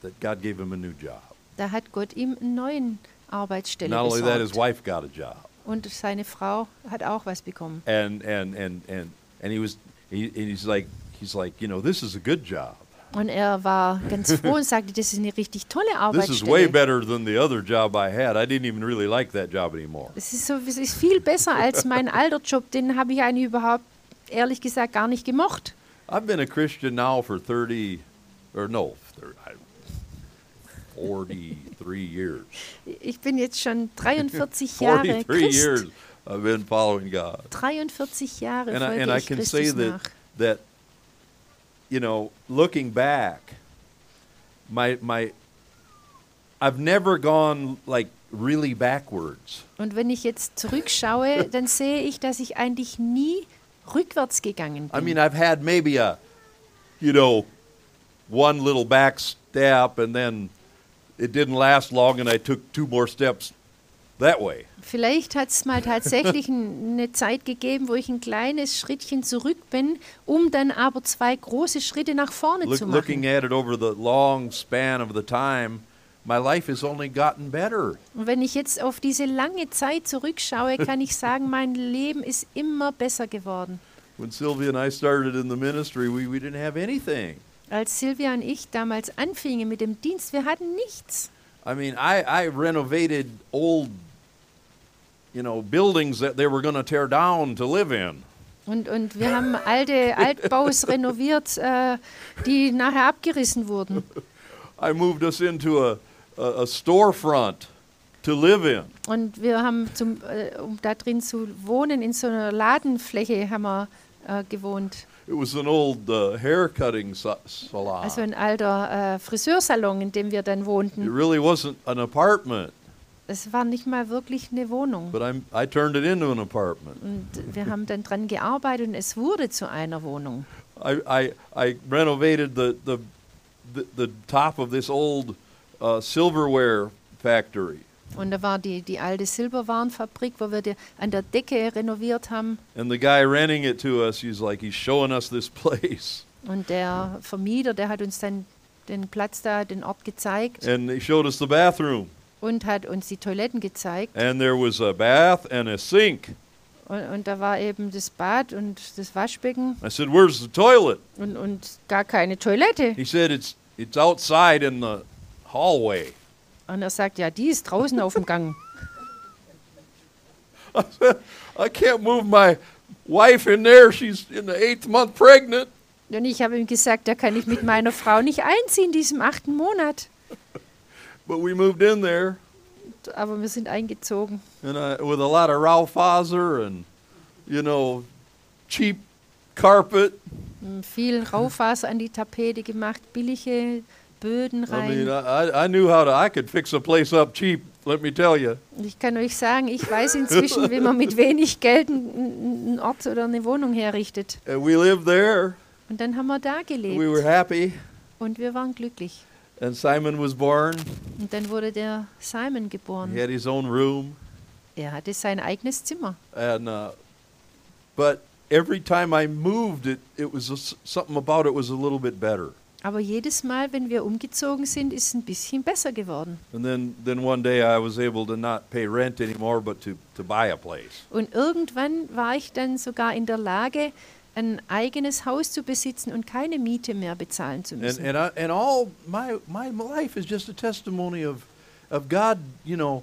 Speaker 2: that God gave him a new job.
Speaker 1: Da hat Gott ihm einen neuen Arbeitsstelle
Speaker 2: Not only that, his
Speaker 1: besorgt.
Speaker 2: wife got a job.
Speaker 1: Und seine Frau hat auch was bekommen.
Speaker 2: and and and and and he was he, and he's like he's like you know this is a good job
Speaker 1: Und er war ganz froh und sagte, das ist eine richtig tolle
Speaker 2: this is way
Speaker 1: Arbeitsstelle.
Speaker 2: better than the other job i had i didn't even really like that job anymore
Speaker 1: Das ist, so, das ist viel besser als
Speaker 2: <laughs>
Speaker 1: mein alter Job. Den habe ich eigentlich überhaupt, ehrlich gesagt, gar nicht gemocht.
Speaker 2: i've been a christian now for 30 or no thir I- 43
Speaker 1: <laughs>
Speaker 2: years
Speaker 1: Ich bin jetzt schon
Speaker 2: <laughs>
Speaker 1: 43 Jahre
Speaker 2: 43 years
Speaker 1: Christ.
Speaker 2: i've been following god
Speaker 1: 43 Jahre
Speaker 2: and i
Speaker 1: folge
Speaker 2: and i
Speaker 1: ich
Speaker 2: can say
Speaker 1: Christus
Speaker 2: that
Speaker 1: nach.
Speaker 2: that you know looking back my my i've never gone like really backwards
Speaker 1: Und wenn ich jetzt
Speaker 2: <laughs>
Speaker 1: zurückschaue, dann sehe ich, dass ich eigentlich nie rückwärts gegangen
Speaker 2: I
Speaker 1: bin.
Speaker 2: mean, I've had maybe a, you know, one little back step, and then it didn't last long, and I took two more steps that way.
Speaker 1: Vielleicht hat es mal
Speaker 2: <laughs>
Speaker 1: tatsächlich n- eine Zeit gegeben, wo ich ein kleines Schrittchen zurück bin, um dann aber zwei große Schritte nach vorne
Speaker 2: Look,
Speaker 1: zu machen.
Speaker 2: looking at it over the long span of the time, my life has only gotten better.
Speaker 1: Und wenn ich jetzt auf diese lange Zeit zurückschaue, kann ich sagen, mein Leben ist immer besser geworden.
Speaker 2: When Sylvia and I started in the ministry, we, we didn't have anything.
Speaker 1: Als Silvia und ich damals anfingen mit dem Dienst, wir hatten nichts.
Speaker 2: I mean, I, I renovated old you know, buildings that they were going to tear down to live in.
Speaker 1: Und, und wir haben alte Altbaus renoviert, äh, die nachher abgerissen wurden.
Speaker 2: I moved us into a, a, a storefront to live in.
Speaker 1: Und wir haben, zum, äh, um da drin zu wohnen, in so einer Ladenfläche haben wir äh, gewohnt.
Speaker 2: It was an old uh, hair cutting sa- salon.
Speaker 1: Also ein alter äh, Friseursalon, in dem wir dann
Speaker 2: It
Speaker 1: wohnten.
Speaker 2: really wasn't an apartment,
Speaker 1: Es war nicht mal wirklich eine Wohnung.
Speaker 2: but I'm, I turned it into an apartment.
Speaker 1: Und wir haben dann dran gearbeitet und es wurde zu einer Wohnung.
Speaker 2: I, I, I renovated the, the, the, the top of this old uh, silverware factory.
Speaker 1: Und da war die, die alte Silberwarenfabrik, wo wir die an der Decke renoviert haben.
Speaker 2: And the guy renting it to us, he's like, he's showing us this <laughs> place.
Speaker 1: Und der Vermieter, der hat uns dann den Platz da, den Ort gezeigt
Speaker 2: And he showed us the bathroom.
Speaker 1: und hat uns die Toiletten gezeigt.
Speaker 2: And there was a bath and a sink.
Speaker 1: Und, und da war eben das Bad und das Waschbecken
Speaker 2: I said, Where's the toilet?
Speaker 1: und, und gar keine Toilette.
Speaker 2: He said, It's, it's outside in the hallway.
Speaker 1: Und er sagt, ja, die ist draußen auf dem Gang.
Speaker 2: I can't move my wife in there. She's in the eighth month pregnant.
Speaker 1: Und ich habe ihm gesagt, da kann ich mit meiner Frau nicht einziehen, die ist im achten Monat.
Speaker 2: But we moved in there
Speaker 1: Aber wir sind eingezogen.
Speaker 2: and I, with a lot of Ralph Fozer and, you know, cheap carpet.
Speaker 1: Hm, Viel Raufaser an die Tapete gemacht, billige Böden
Speaker 2: I
Speaker 1: rein.
Speaker 2: mean, I, I- I knew how to, I could fix a place up cheap, let me tell you.
Speaker 1: Ich kann euch sagen, ich weiß inzwischen, wie man mit wenig Geld einen- einen einen Ort oder eine Wohnung herrichtet.
Speaker 2: And we lived there.
Speaker 1: Und dann haben wir da
Speaker 2: We were
Speaker 1: gelebt
Speaker 2: happy.
Speaker 1: und wir waren glücklich.
Speaker 2: And Simon was born.
Speaker 1: Und dann wurde der Simon
Speaker 2: He
Speaker 1: geboren.
Speaker 2: had his own room.
Speaker 1: Er hatte sein eigenes Zimmer.
Speaker 2: and uh, but every time I moved, it it was a s something about it was a little bit better.
Speaker 1: Aber jedes Mal, wenn wir umgezogen sind, ist es ein bisschen besser geworden.
Speaker 2: And then then one day I was able to not pay rent anymore, but to to buy a place.
Speaker 1: Und irgendwann war ich dann sogar in der Lage, ein eigenes Haus zu besitzen und keine Miete mehr bezahlen zu
Speaker 2: And
Speaker 1: müssen.
Speaker 2: and I, and all my my life is just a testimony of of God. You know.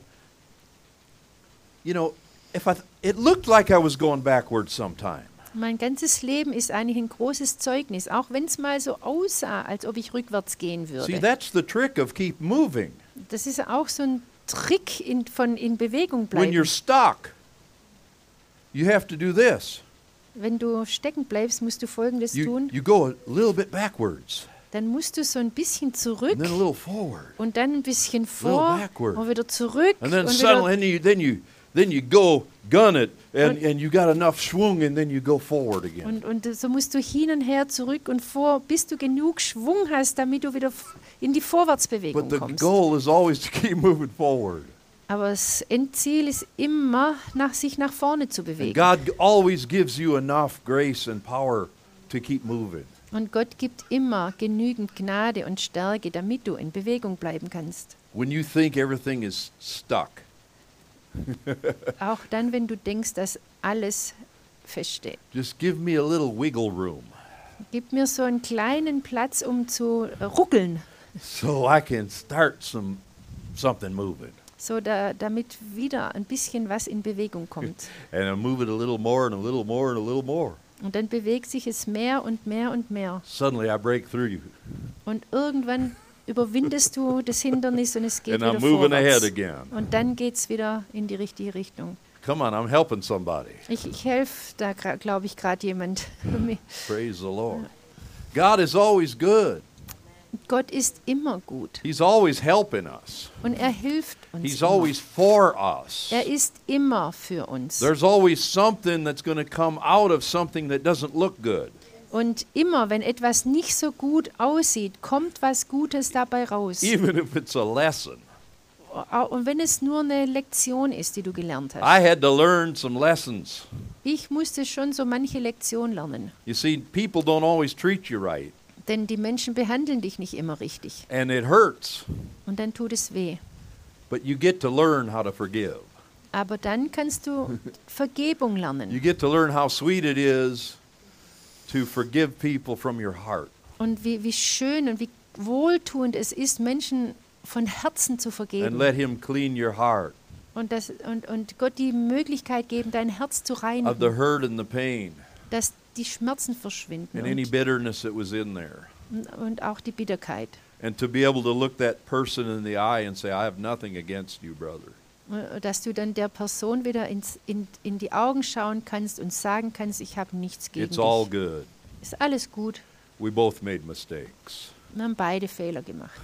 Speaker 2: You know, if I th- it looked like I was going backwards sometime.
Speaker 1: Mein ganzes Leben ist eigentlich ein großes Zeugnis, auch wenn es mal so aussah, als ob ich rückwärts gehen
Speaker 2: See,
Speaker 1: würde.
Speaker 2: that's the trick of keep moving
Speaker 1: Das ist auch so ein Trick in, von in Bewegung
Speaker 2: when you're
Speaker 1: bleiben.
Speaker 2: stuck. You have to do this.
Speaker 1: Wenn du stecken bleibst, musst du Folgendes
Speaker 2: You,
Speaker 1: tun.
Speaker 2: you go a little bit backwards.
Speaker 1: Dann musst du so ein bisschen zurück
Speaker 2: and then a little forward,
Speaker 1: und dann ein bisschen vor
Speaker 2: backward.
Speaker 1: und wieder zurück und
Speaker 2: and then
Speaker 1: wieder
Speaker 2: suddenly, and you, then you, then you go gun it, and, and you got enough schwung, and then you go forward again.
Speaker 1: Und, und so musst du hin und her, zurück und vor, bis du genug Schwung hast, damit du wieder f- in die Vorwärtsbewegung
Speaker 2: But the
Speaker 1: kommst.
Speaker 2: goal is always to <laughs> keep moving forward.
Speaker 1: Aber das Endziel ist immer, nach, sich nach vorne zu
Speaker 2: And
Speaker 1: bewegen.
Speaker 2: God always gives you enough grace and power to keep moving.
Speaker 1: Und Gott gibt immer genügend Gnade und Stärke, damit du in Bewegung bleiben
Speaker 2: <laughs>
Speaker 1: kannst.
Speaker 2: When you think everything is stuck,
Speaker 1: Auch dann, wenn du denkst, dass alles feststeht.
Speaker 2: just give me a little wiggle room <laughs>
Speaker 1: Gib mir so einen kleinen Platz, um zu ruckeln,
Speaker 2: so I can start some something moving.
Speaker 1: so da, damit wieder ein bisschen was in Bewegung
Speaker 2: <laughs>
Speaker 1: kommt.
Speaker 2: And I move it a little more and a little more and a little more.
Speaker 1: Und dann bewegt sich es mehr und mehr und mehr.
Speaker 2: Suddenly I break through
Speaker 1: Und irgendwann überwindest du das Hindernis und es geht
Speaker 2: and I'm
Speaker 1: wieder
Speaker 2: moving ahead
Speaker 1: vorwärts.
Speaker 2: again.
Speaker 1: Und dann geht es wieder in die richtige Richtung.
Speaker 2: Come on, I'm helping somebody.
Speaker 1: Ich, ich helfe da, glaube ich, gerade
Speaker 2: <laughs>
Speaker 1: jemand.
Speaker 2: Praise the Lord. God is always good.
Speaker 1: Gott ist immer gut
Speaker 2: He's always helping us.
Speaker 1: und er hilft uns.
Speaker 2: He's
Speaker 1: Immer.
Speaker 2: always for us.
Speaker 1: Er ist immer für uns.
Speaker 2: There's always something that's going to come out of something that doesn't look good.
Speaker 1: Und immer, wenn etwas nicht so gut aussieht, kommt was Gutes dabei raus.
Speaker 2: Even if it's a lesson.
Speaker 1: Au- Und wenn es nur eine Lektion ist, die du gelernt hast.
Speaker 2: I had to learn some lessons.
Speaker 1: Ich musste schon so manche Lektion lernen.
Speaker 2: You see, people don't always treat you right,
Speaker 1: Denn die Menschen behandeln dich nicht immer richtig.
Speaker 2: and it hurts,
Speaker 1: Und dann tut es weh.
Speaker 2: but you get to learn how to forgive.
Speaker 1: Aber dann kannst
Speaker 2: <laughs>
Speaker 1: du Vergebung
Speaker 2: You
Speaker 1: lernen
Speaker 2: get to learn how sweet it is to forgive people from your heart.
Speaker 1: und wie, wie schön und wie wohltuend es ist, Menschen von Herzen zu
Speaker 2: and
Speaker 1: vergeben
Speaker 2: let him clean your heart
Speaker 1: Und, das, und, und Gott die Möglichkeit geben, dein Herz zu
Speaker 2: of the
Speaker 1: reinigen,
Speaker 2: hurt and the pain
Speaker 1: dass die Schmerzen verschwinden
Speaker 2: and any
Speaker 1: und,
Speaker 2: bitterness that was in there.
Speaker 1: und auch die Bitterkeit.
Speaker 2: And to be able to look that person in the eye and say, I have nothing against you, brother.
Speaker 1: Äh, Dass du dann der Person wieder ins, in, in die Augen schauen kannst und sagen kannst, ich habe nichts gegen
Speaker 2: It's all
Speaker 1: dich.
Speaker 2: good.
Speaker 1: Ist alles gut.
Speaker 2: We both made mistakes.
Speaker 1: Wir haben beide Fehler gemacht.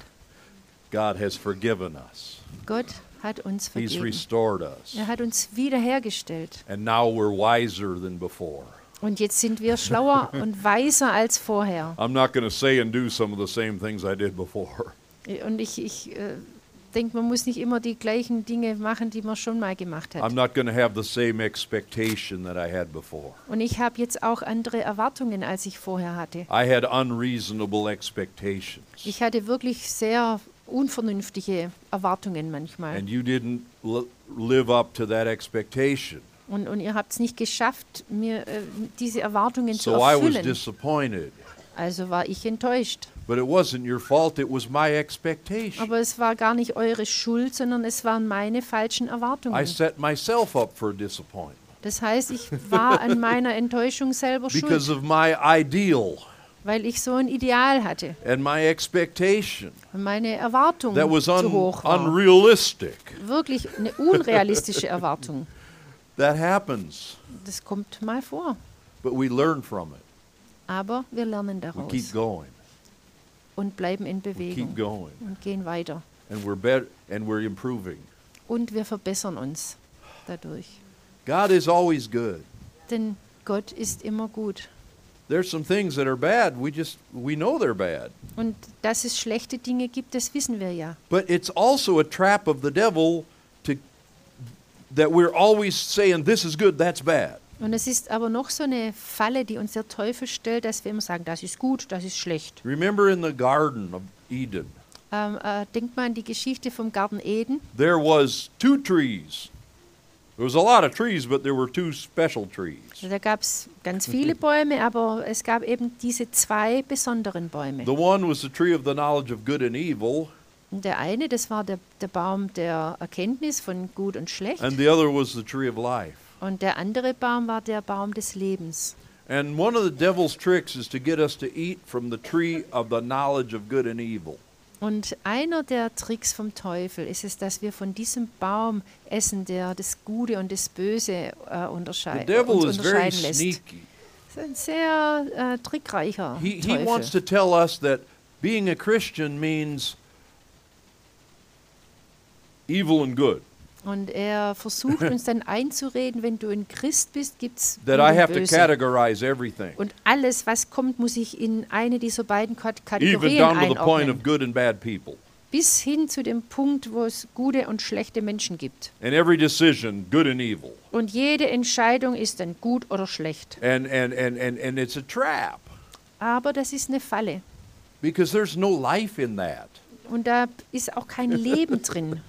Speaker 2: God has forgiven us,
Speaker 1: Gott hat uns
Speaker 2: He's
Speaker 1: vergeben.
Speaker 2: restored us.
Speaker 1: Er hat uns wiederhergestellt.
Speaker 2: And now we're wiser than before.
Speaker 1: Und jetzt sind wir
Speaker 2: <laughs>
Speaker 1: schlauer und weiser als vorher.
Speaker 2: I'm not going to say and do some of the same things I did before.
Speaker 1: Und ich, ich äh, denke, man muss nicht immer die gleichen Dinge machen, die man schon mal gemacht
Speaker 2: I'm
Speaker 1: hat.
Speaker 2: not going to have the same expectation that I had before.
Speaker 1: Und ich habe jetzt auch andere Erwartungen, als ich vorher hatte.
Speaker 2: I had unreasonable expectations.
Speaker 1: Ich hatte wirklich sehr unvernünftige Erwartungen manchmal.
Speaker 2: And you didn't l- live up to that expectation.
Speaker 1: Und, und ihr habt es nicht geschafft, mir äh, diese Erwartungen zu
Speaker 2: So I was
Speaker 1: erfüllen.
Speaker 2: disappointed.
Speaker 1: Also war ich enttäuscht.
Speaker 2: But it wasn't your fault, it was my expectation.
Speaker 1: Aber es war gar nicht eure Schuld, sondern es waren meine falschen
Speaker 2: I
Speaker 1: Erwartungen.
Speaker 2: set myself up for disappointment
Speaker 1: Das heißt, ich war
Speaker 2: <laughs>
Speaker 1: an meiner Enttäuschung selber schuld.
Speaker 2: because of my ideal
Speaker 1: weil ich so ein Ideal hatte
Speaker 2: and my expectation
Speaker 1: und meine Erwartung
Speaker 2: that was
Speaker 1: zu
Speaker 2: un-
Speaker 1: hoch war.
Speaker 2: unrealistic.
Speaker 1: Wirklich eine unrealistische Erwartung.
Speaker 2: That happens,
Speaker 1: Das kommt mal vor.
Speaker 2: but we learn from it.
Speaker 1: Aber wir lernen
Speaker 2: We keep
Speaker 1: daraus
Speaker 2: going.
Speaker 1: und bleiben in
Speaker 2: We keep
Speaker 1: Bewegung
Speaker 2: going.
Speaker 1: und gehen weiter.
Speaker 2: And we're better and we're improving.
Speaker 1: Und wir verbessern uns dadurch.
Speaker 2: God is always good.
Speaker 1: Denn Gott ist immer gut.
Speaker 2: There's some things that are bad. We just we know they're bad.
Speaker 1: Und dass es schlechte Dinge gibt, das wissen wir ja.
Speaker 2: But it's also a trap of the devil to that we're always saying this is good, that's bad.
Speaker 1: Und es ist aber noch so eine Falle, die uns der Teufel stellt, dass wir immer sagen, das ist gut, das ist schlecht.
Speaker 2: Remember in the garden of Eden,
Speaker 1: Ähm, äh, denkt mal an die Geschichte vom Garten Eden.
Speaker 2: there was two trees. There was a lot of trees, but there were two special trees.
Speaker 1: Also Da gab es ganz viele Bäume, aber es gab eben diese zwei besonderen Bäume.
Speaker 2: The one was the tree of the knowledge of good and evil,
Speaker 1: Und der eine, das war der, der Baum der Erkenntnis von Gut und Schlecht.
Speaker 2: and the other was the tree of life.
Speaker 1: Und der andere Baum war der Baum des Lebens.
Speaker 2: And one of the devil's tricks is to get us to eat from the tree of the knowledge of good and evil.
Speaker 1: Und einer der Tricks vom Teufel ist es, dass wir von diesem Baum essen, der das Gute und das Böse äh,
Speaker 2: The
Speaker 1: unterscheid uns
Speaker 2: devil is very
Speaker 1: unterscheiden lässt. Das
Speaker 2: sneaky.
Speaker 1: ist ein sehr äh, trickreicher
Speaker 2: He, he wants
Speaker 1: Teufel.
Speaker 2: to tell us that being a Christian means evil and good,
Speaker 1: Und er versucht uns dann einzureden, wenn du ein Christ bist, gibt es
Speaker 2: <laughs> that I have to
Speaker 1: Böse.
Speaker 2: categorize everything,
Speaker 1: Und alles, was kommt, muss ich in eine dieser beiden Kat-
Speaker 2: even
Speaker 1: Kategorien
Speaker 2: down to the point of
Speaker 1: einordnen.
Speaker 2: good and bad people.
Speaker 1: Bis hin zu dem Punkt, wo es gute und schlechte Menschen gibt.
Speaker 2: And every decision, good and evil.
Speaker 1: Und jede Entscheidung ist dann gut oder schlecht.
Speaker 2: And, and, and, and, and it's a trap
Speaker 1: Aber das ist eine Falle.
Speaker 2: because there's no life in that.
Speaker 1: Und da ist auch kein
Speaker 2: <laughs>
Speaker 1: Leben drin.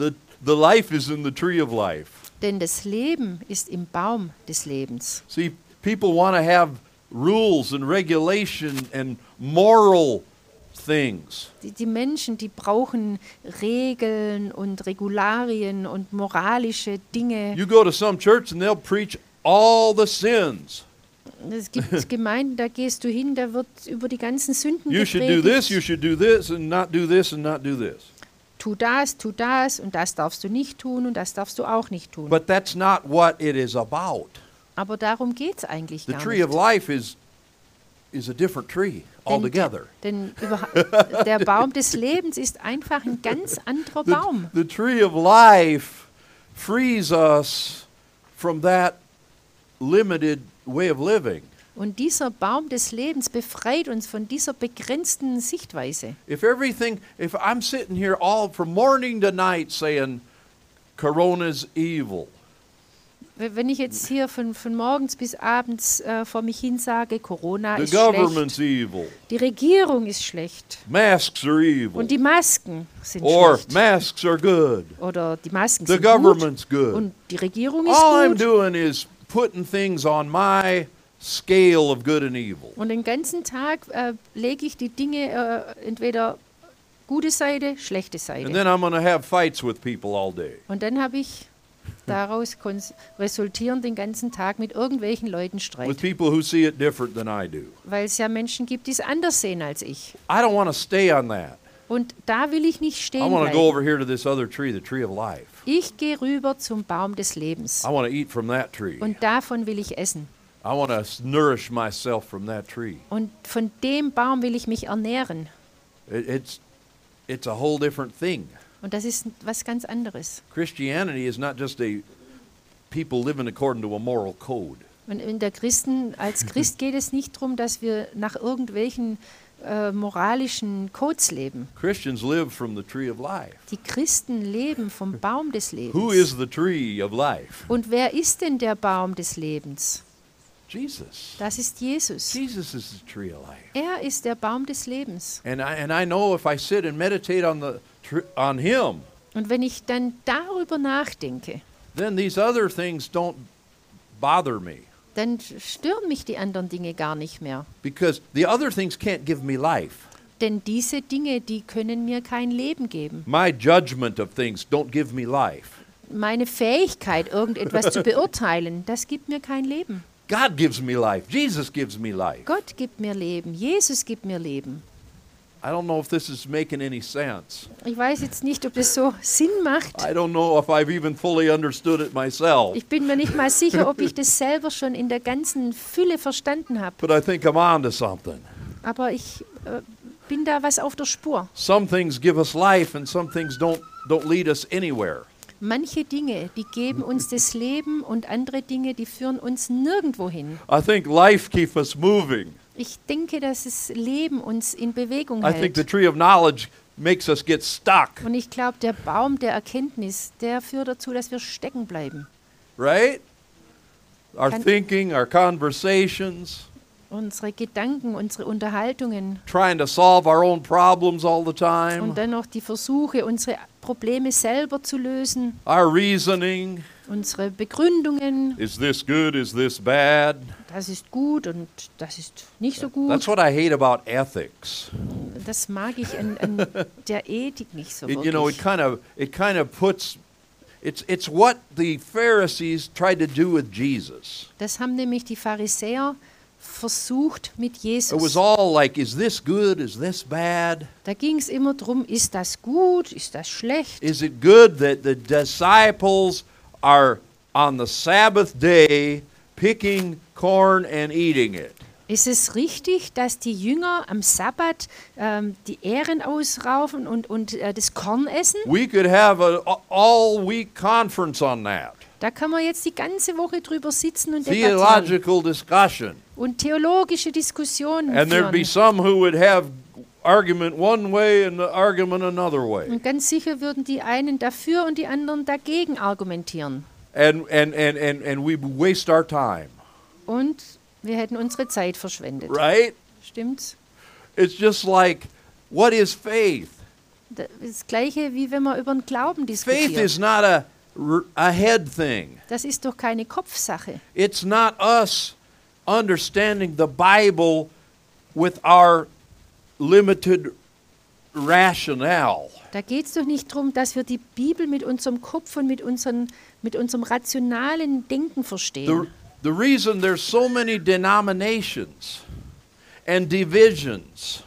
Speaker 2: The, the life is in the tree of life.
Speaker 1: Denn das Leben ist im Baum des Lebens.
Speaker 2: See, people want to have rules and regulation and moral things.
Speaker 1: Die, die Menschen, die brauchen Regeln und Regularien und moralische Dinge.
Speaker 2: You go to some church and they'll preach all the sins.
Speaker 1: Es
Speaker 2: <laughs>
Speaker 1: gibt Gemeinden, da gehst du hin, da wird über die ganzen Sünden
Speaker 2: You should do this, you
Speaker 1: gepredigt.
Speaker 2: should do this, and not do this, and not do this.
Speaker 1: Tu das, tu das und das darfst du nicht tun und das darfst du auch nicht tun.
Speaker 2: But that's not what it is about.
Speaker 1: Aber darum geht es eigentlich
Speaker 2: The
Speaker 1: gar
Speaker 2: tree of
Speaker 1: nicht.
Speaker 2: life is, is a different tree altogether.
Speaker 1: Denn überha- <laughs> der Baum des Lebens ist einfach ein ganz anderer
Speaker 2: The,
Speaker 1: Baum.
Speaker 2: the tree of life frees us from that limited way of living.
Speaker 1: Und dieser Baum des Lebens befreit uns von dieser begrenzten Sichtweise.
Speaker 2: If everything, if I'm sitting here all from morning to night saying Corona's evil,
Speaker 1: W- Wenn ich jetzt hier von, von morgens bis abends äh, vor mich hin sage, Corona
Speaker 2: the
Speaker 1: ist schlecht,
Speaker 2: government's evil,
Speaker 1: die Regierung ist schlecht
Speaker 2: masks are evil,
Speaker 1: und die Masken sind
Speaker 2: or
Speaker 1: schlecht.
Speaker 2: masks are good,
Speaker 1: oder die Masken
Speaker 2: the
Speaker 1: sind gut
Speaker 2: government's good.
Speaker 1: und die Regierung ist
Speaker 2: All I'm
Speaker 1: gut.
Speaker 2: doing is putting things on my scale of good and evil.
Speaker 1: Und den ganzen Tag äh, lege ich die Dinge äh, entweder Gute Seite, schlechte Seite.
Speaker 2: And then I'm going to have fights with people all day.
Speaker 1: Und dann habe ich daraus kons- resultierend den ganzen Tag mit irgendwelchen Leuten
Speaker 2: with
Speaker 1: Streit,
Speaker 2: people who see it different than I do.
Speaker 1: weil es ja Menschen gibt, die es anders sehen als ich.
Speaker 2: I don't want to stay on that.
Speaker 1: Und da will ich nicht
Speaker 2: I
Speaker 1: stehen
Speaker 2: want to go
Speaker 1: bleiben.
Speaker 2: over here to this other tree, the tree of life.
Speaker 1: Ich gehe rüber zum Baum des Lebens
Speaker 2: I want to eat from that tree.
Speaker 1: und davon will ich essen.
Speaker 2: I want to nourish myself from that tree.
Speaker 1: Und von dem Baum will ich mich ernähren.
Speaker 2: It, it's, it's a whole different thing.
Speaker 1: Und das ist was ganz anderes.
Speaker 2: Christianity is not just a people living according to a moral code.
Speaker 1: Und in der Christen,
Speaker 2: <laughs>
Speaker 1: als Christ geht es nicht darum, dass wir nach irgendwelchen äh, moralischen Codes leben.
Speaker 2: Christians live from the tree of life.
Speaker 1: Die Christen leben vom Baum des
Speaker 2: Who
Speaker 1: Lebens.
Speaker 2: is the tree of life?
Speaker 1: Und wer ist denn der Baum des Lebens?
Speaker 2: Jesus.
Speaker 1: Das ist Jesus.
Speaker 2: Jesus is the tree of life.
Speaker 1: Er ist der Baum des Lebens.
Speaker 2: And I, and I know if I sit and meditate on, the tr- on him,
Speaker 1: Und wenn ich dann darüber nachdenke,
Speaker 2: then these other things don't bother me
Speaker 1: dann stören mich die anderen Dinge gar nicht mehr.
Speaker 2: because the other things can't give me life.
Speaker 1: Denn diese Dinge, die können mir kein Leben geben.
Speaker 2: My judgment of things don't give me life.
Speaker 1: Meine Fähigkeit, irgendetwas zu beurteilen, das gibt mir kein Leben.
Speaker 2: God gives me life. Jesus gives me life.
Speaker 1: Gott gibt mir Leben. Jesus gibt mir Leben.
Speaker 2: I don't know if this is making any sense.
Speaker 1: Ich weiß jetzt nicht, ob das so Sinn macht.
Speaker 2: I don't know if I've even fully understood it myself,
Speaker 1: Ich bin mir nicht mal sicher, ob ich das selber schon in der ganzen Fülle verstanden habe.
Speaker 2: but I think I'm on to something.
Speaker 1: Aber ich äh, bin da was auf der Spur.
Speaker 2: Some things give us life and some things don't don't lead us anywhere.
Speaker 1: Manche Dinge, die geben uns das Leben und andere Dinge, die führen uns nirgendwo hin.
Speaker 2: I think life keeps us moving.
Speaker 1: Ich denke, dass das Leben uns in Bewegung
Speaker 2: I think the
Speaker 1: hält.
Speaker 2: tree of knowledge makes us get stuck,
Speaker 1: Und ich glaube, der Baum der Erkenntnis, der führt dazu, dass wir stecken bleiben.
Speaker 2: right? Our
Speaker 1: Can-
Speaker 2: thinking, our conversations,
Speaker 1: Unsere Gedanken, unsere Unterhaltungen
Speaker 2: trying to solve our own problems all the time,
Speaker 1: und dann noch die Versuche, unsere Probleme selber zu lösen,
Speaker 2: our reasoning.
Speaker 1: unsere Begründungen,
Speaker 2: Is this good? Is this bad?
Speaker 1: das ist gut und das ist nicht so
Speaker 2: That's
Speaker 1: gut.
Speaker 2: what I hate about ethics.
Speaker 1: Das mag ich an,
Speaker 2: <laughs>
Speaker 1: an der Ethik nicht so
Speaker 2: It, you know, it
Speaker 1: wirklich.
Speaker 2: kind of it kind of puts it's it's what the Pharisees tried to do with Jesus.
Speaker 1: Das haben nämlich die Pharisäer versucht mit
Speaker 2: It was
Speaker 1: Jesus.
Speaker 2: all like, is this good? Is this bad?
Speaker 1: Da ging es immer darum, ist das gut, ist das schlecht?
Speaker 2: Is it good that the disciples are on the Sabbath day picking corn and eating it?
Speaker 1: Ist es richtig, dass die Jünger am Sabbat ähm, die Ähren ausraufen und, und äh, das Korn essen?
Speaker 2: We could have an all week conference on that.
Speaker 1: Da kann man jetzt die ganze Woche drüber sitzen und debattieren
Speaker 2: Theological discussion.
Speaker 1: und theologische Diskussionen
Speaker 2: And there'd be
Speaker 1: führen.
Speaker 2: some who would have argument one way and the argument another way.
Speaker 1: Und ganz sicher würden die einen dafür und die anderen dagegen argumentieren.
Speaker 2: and and and and, and we waste our time
Speaker 1: Und wir hätten unsere Zeit verschwendet.
Speaker 2: right
Speaker 1: Stimmt's?
Speaker 2: it's just like what is faith
Speaker 1: Da- Das gleiche wie wenn man über den Glauben
Speaker 2: faith
Speaker 1: diskutiert.
Speaker 2: is not a r- a head thing
Speaker 1: Das ist doch keine Kopfsache.
Speaker 2: it's not us understanding the bible with our limited rationale
Speaker 1: Da geht es doch nicht darum, dass wir die Bibel mit unserem Kopf und mit, unseren, mit unserem rationalen Denken
Speaker 2: the,
Speaker 1: verstehen.
Speaker 2: the reason there's so many denominations and divisions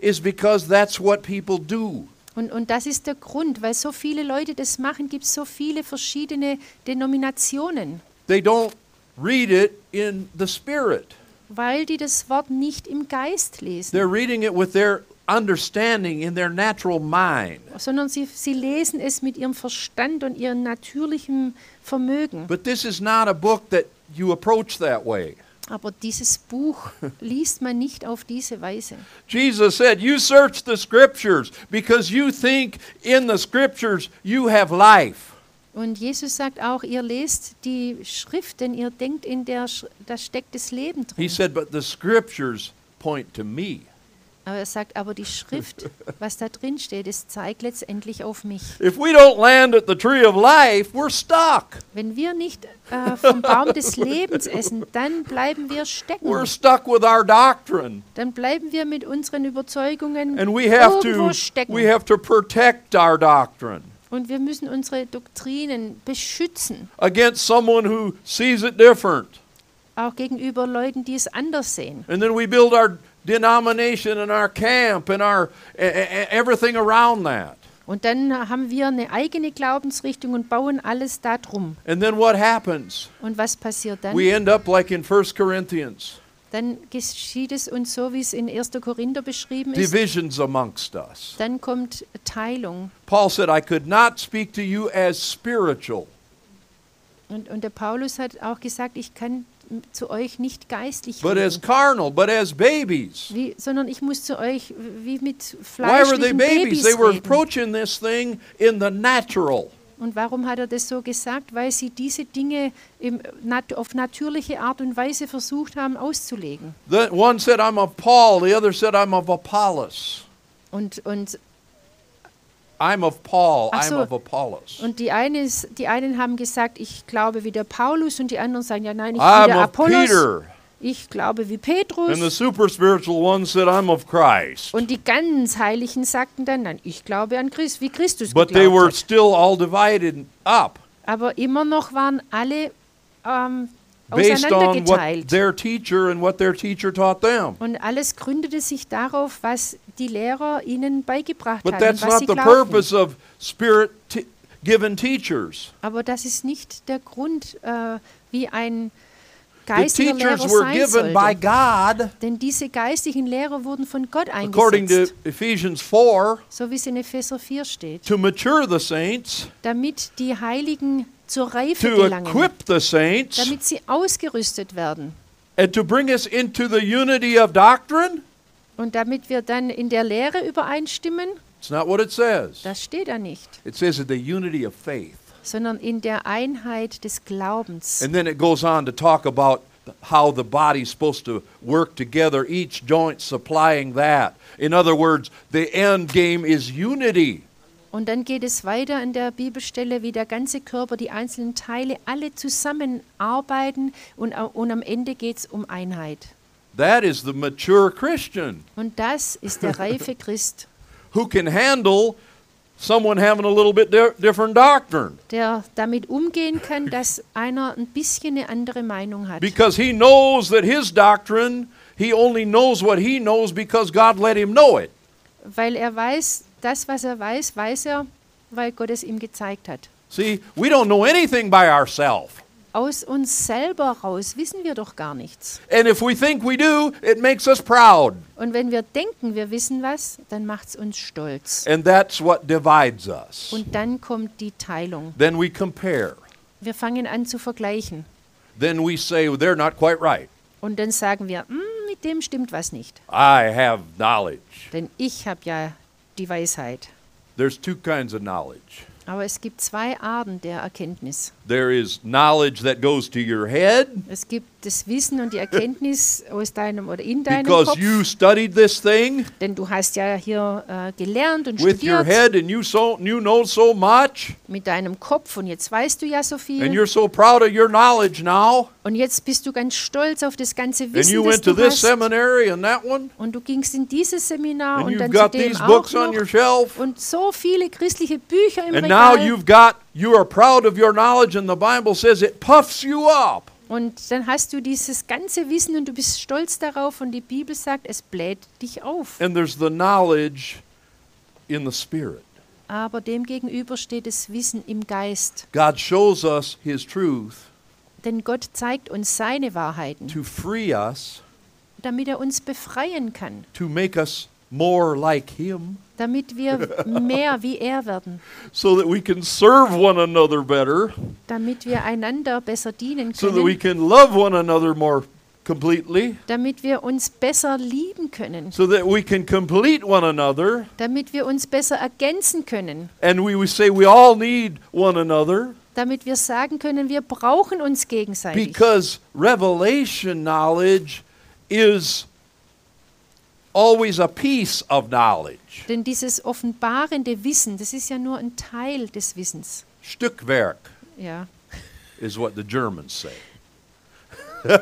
Speaker 2: is because that's what people do
Speaker 1: Und, und das ist der Grund, weil so viele Leute das machen, gibt es so viele verschiedene Denominationen,
Speaker 2: They don't read it in the spirit.
Speaker 1: weil die das Wort nicht im Geist lesen,
Speaker 2: They're reading it with their understanding in their natural mind.
Speaker 1: sondern sie, sie lesen es mit ihrem Verstand und ihrem natürlichen Vermögen.
Speaker 2: But this is not a book that you approach that way.
Speaker 1: Aber dieses Buch liest man nicht auf diese Weise.
Speaker 2: Jesus said, You search the scriptures because you think in the scriptures you have life.
Speaker 1: Und Jesus sagt auch, ihr lest die Schrift, denn ihr denkt, in der Sch- da steckt das Leben
Speaker 2: He
Speaker 1: drin.
Speaker 2: said, But the scriptures point to me.
Speaker 1: Aber er sagt, aber die
Speaker 2: <laughs>
Speaker 1: Schrift, was da drin steht, es zeigt letztendlich auf mich.
Speaker 2: If we don't land at the tree of life, we're stuck.
Speaker 1: Wenn wir nicht äh, vom Baum
Speaker 2: <laughs>
Speaker 1: des Lebens essen, dann bleiben wir
Speaker 2: We're
Speaker 1: stecken.
Speaker 2: stuck with our doctrine.
Speaker 1: Dann bleiben wir mit unseren Überzeugungen
Speaker 2: And we have
Speaker 1: irgendwo
Speaker 2: to we
Speaker 1: stecken.
Speaker 2: have to protect our doctrine
Speaker 1: Und wir müssen unsere Doktrinen beschützen,
Speaker 2: against someone who sees it different.
Speaker 1: auch gegenüber Leuten, die es anders sehen.
Speaker 2: And then we build our denomination and our camp and our e- e- everything around that.
Speaker 1: Und dann haben wir eine eigene Glaubensrichtung und bauen alles darum.
Speaker 2: And then what happens?
Speaker 1: Und was passiert dann?
Speaker 2: We end up like in 1 Corinthians,
Speaker 1: Dann geschieht es uns so, wie es in 1. Korinther beschrieben ist.
Speaker 2: divisions amongst us.
Speaker 1: Dann kommt Teilung.
Speaker 2: Paul said, I could not speak to you as spiritual,
Speaker 1: Und, und der Paulus hat auch gesagt, ich kann m- zu euch nicht geistlich
Speaker 2: but as
Speaker 1: reden,
Speaker 2: carnal, but as babies.
Speaker 1: wie, sondern ich muss zu euch wie mit
Speaker 2: Why were they
Speaker 1: fleischlichen Babys
Speaker 2: babies? They were
Speaker 1: reden.
Speaker 2: approaching this thing in the natural.
Speaker 1: Und warum hat er das so gesagt? Weil sie diese Dinge im, nat auf natürliche Art und Weise versucht haben auszulegen.
Speaker 2: The one said, I'm of Paul. The other said, I'm of Apollos.
Speaker 1: Und, und
Speaker 2: I'm of Paul.
Speaker 1: Ach
Speaker 2: I'm
Speaker 1: Ah, so.
Speaker 2: of Apollos.
Speaker 1: Und die, eine ist, die einen haben gesagt, ich glaube wie der Paulus und die anderen sagen, ja nein, ich bin
Speaker 2: I'm
Speaker 1: der
Speaker 2: of
Speaker 1: Apollos,
Speaker 2: Peter.
Speaker 1: ich glaube wie
Speaker 2: And the
Speaker 1: Petrus.
Speaker 2: super spiritual one said, I'm of Christ.
Speaker 1: Und die ganz Heiligen sagten dann, nein, ich glaube an Christus, wie Christus
Speaker 2: But they were
Speaker 1: geglaubt hat.
Speaker 2: still all divided up
Speaker 1: Aber immer noch waren alle ähm,
Speaker 2: based on what
Speaker 1: auseinandergeteilt.
Speaker 2: their teacher and what their teacher taught them.
Speaker 1: Und alles gründete sich darauf, was die Lehrer ihnen beigebracht
Speaker 2: But
Speaker 1: haben,
Speaker 2: that's
Speaker 1: was
Speaker 2: not
Speaker 1: sie
Speaker 2: the
Speaker 1: glaubten.
Speaker 2: purpose of spirit t- given teachers.
Speaker 1: Aber das ist nicht der Grund, äh, wie ein
Speaker 2: The
Speaker 1: geistiger
Speaker 2: teachers
Speaker 1: Lehrer
Speaker 2: were
Speaker 1: sein
Speaker 2: given by
Speaker 1: sollte.
Speaker 2: God,
Speaker 1: Denn diese geistlichen Lehrer wurden von Gott
Speaker 2: according to
Speaker 1: eingesetzt,
Speaker 2: Ephesians 4,
Speaker 1: so wie es in Epheser 4 steht,
Speaker 2: to mature the saints,
Speaker 1: damit die Heiligen zur Reife
Speaker 2: to
Speaker 1: gelangen,
Speaker 2: equip the saints,
Speaker 1: damit sie ausgerüstet werden
Speaker 2: and to bring us into the unity of doctrine.
Speaker 1: und damit wir dann in der Lehre übereinstimmen.
Speaker 2: It's not what it says.
Speaker 1: Das steht da nicht,
Speaker 2: It says the unity of faith.
Speaker 1: sondern in der Einheit des Glaubens.
Speaker 2: And then it goes on to talk about how the body's supposed to work together, each joint supplying that. In other words, the end game is unity.
Speaker 1: Und dann geht es weiter in der Bibelstelle, wie der ganze Körper, die einzelnen Teile, alle zusammenarbeiten und, au- und am Ende geht es um Einheit.
Speaker 2: That is the mature Christian
Speaker 1: Und das ist der reife Christ.
Speaker 2: who can handle someone having a little bit di- different doctrine
Speaker 1: der damit umgehen kann, dass einer ein bisschen eine andere Meinung hat.
Speaker 2: because he knows that his doctrine, he only knows what he knows because God let him know it.
Speaker 1: Weil er weiß, das, was er weiß, weiß er, weil Gott es ihm gezeigt hat.
Speaker 2: See, we don't know anything by ourselves.
Speaker 1: Aus uns selber raus wissen wir doch gar nichts.
Speaker 2: And if we think we do, it makes us proud.
Speaker 1: Und wenn wir denken, wir wissen was, dann macht es uns stolz.
Speaker 2: And that's what divides us.
Speaker 1: Und dann kommt die Teilung.
Speaker 2: Then we compare.
Speaker 1: Wir fangen an zu vergleichen.
Speaker 2: Then we say, well, they're not quite right.
Speaker 1: Und dann sagen wir, "Hm, mit dem stimmt was nicht.
Speaker 2: I have knowledge.
Speaker 1: Denn ich habe ja die Weisheit.
Speaker 2: There's two kinds of knowledge.
Speaker 1: Aber es gibt zwei Arten der Erkenntnis.
Speaker 2: There is knowledge that goes to your head
Speaker 1: Es gibt das Wissen und die Erkenntnis aus deinem oder in deinem
Speaker 2: because
Speaker 1: Kopf,
Speaker 2: you studied this thing
Speaker 1: denn du hast ja hier äh, gelernt und
Speaker 2: with your
Speaker 1: studiert
Speaker 2: head and you so you know so much
Speaker 1: mit deinem Kopf und jetzt weißt du ja so
Speaker 2: and
Speaker 1: viel
Speaker 2: you're so proud of your knowledge now
Speaker 1: und jetzt bist du ganz stolz auf das ganze
Speaker 2: and you
Speaker 1: Wissen, das
Speaker 2: went to
Speaker 1: du
Speaker 2: this
Speaker 1: hast
Speaker 2: seminary and that one
Speaker 1: und du gingst in dieses Seminar
Speaker 2: and
Speaker 1: und
Speaker 2: you've
Speaker 1: dann zu
Speaker 2: got
Speaker 1: dem
Speaker 2: these
Speaker 1: auch
Speaker 2: books on your
Speaker 1: noch
Speaker 2: shelf
Speaker 1: und so viele christliche Bücher im
Speaker 2: and now
Speaker 1: Regal
Speaker 2: you've got you are proud of your knowledge and the Bible says it puffs you up.
Speaker 1: und dann hast du dieses ganze Wissen und du bist stolz darauf und die Bibel sagt, es bläht dich auf.
Speaker 2: And there's the knowledge in the Spirit.
Speaker 1: Aber dem gegenüber steht das Wissen im Geist.
Speaker 2: God shows us His truth
Speaker 1: Denn Gott zeigt uns seine Wahrheiten,
Speaker 2: to free us,
Speaker 1: damit er uns befreien kann,
Speaker 2: to make us more like Him,
Speaker 1: damit
Speaker 2: <laughs>
Speaker 1: wir mehr wie er werden,
Speaker 2: so that we can serve one another better,
Speaker 1: damit wir einander besser dienen
Speaker 2: so that we
Speaker 1: können,
Speaker 2: can love one another more completely,
Speaker 1: damit wir uns besser lieben können,
Speaker 2: so that we can complete one another.
Speaker 1: damit wir uns besser ergänzen können,
Speaker 2: And we, we say we all need one another
Speaker 1: damit wir sagen können, wir brauchen uns gegenseitig.
Speaker 2: because revelation knowledge is always a piece of knowledge.
Speaker 1: Denn dieses offenbarende Wissen, das ist ja nur ein Teil des Wissens.
Speaker 2: Stückwerk
Speaker 1: Ja.
Speaker 2: is what the Germans say. <laughs>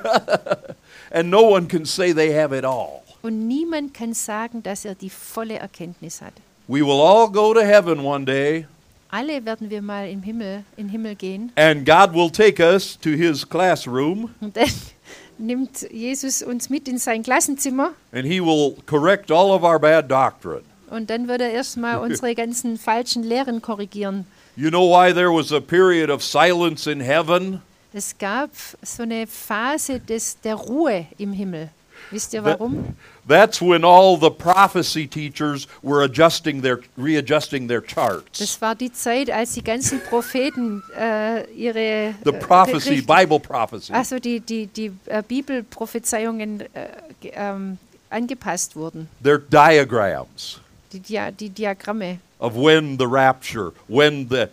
Speaker 2: and no one can say they have it all.
Speaker 1: Und niemand kann sagen, dass er die volle Erkenntnis hat.
Speaker 2: We will all go to heaven one day,
Speaker 1: Alle werden wir mal im Himmel, in den Himmel gehen.
Speaker 2: and God will take us to his classroom,
Speaker 1: Und dann <laughs> nimmt Jesus uns mit in sein Klassenzimmer.
Speaker 2: and he will correct all of our bad doctrine.
Speaker 1: Und dann wird er erstmal unsere ganzen falschen Lehren korrigieren.
Speaker 2: You know why there was a period of silence in heaven?
Speaker 1: Es gab so eine Phase des, der Ruhe im Himmel. Wisst ihr warum?
Speaker 2: That's when all the prophecy teachers were adjusting their readjusting their charts.
Speaker 1: Das war die Zeit, als die ganzen Propheten äh, ihre
Speaker 2: The
Speaker 1: äh,
Speaker 2: prophecy,
Speaker 1: Bericht-
Speaker 2: Bible prophecy.
Speaker 1: also die, die, die äh, Bibelprophezeiungen äh, ge- ähm, angepasst wurden,
Speaker 2: Their diagrams
Speaker 1: die, Dia die Diagramme.
Speaker 2: of when the rapture, when the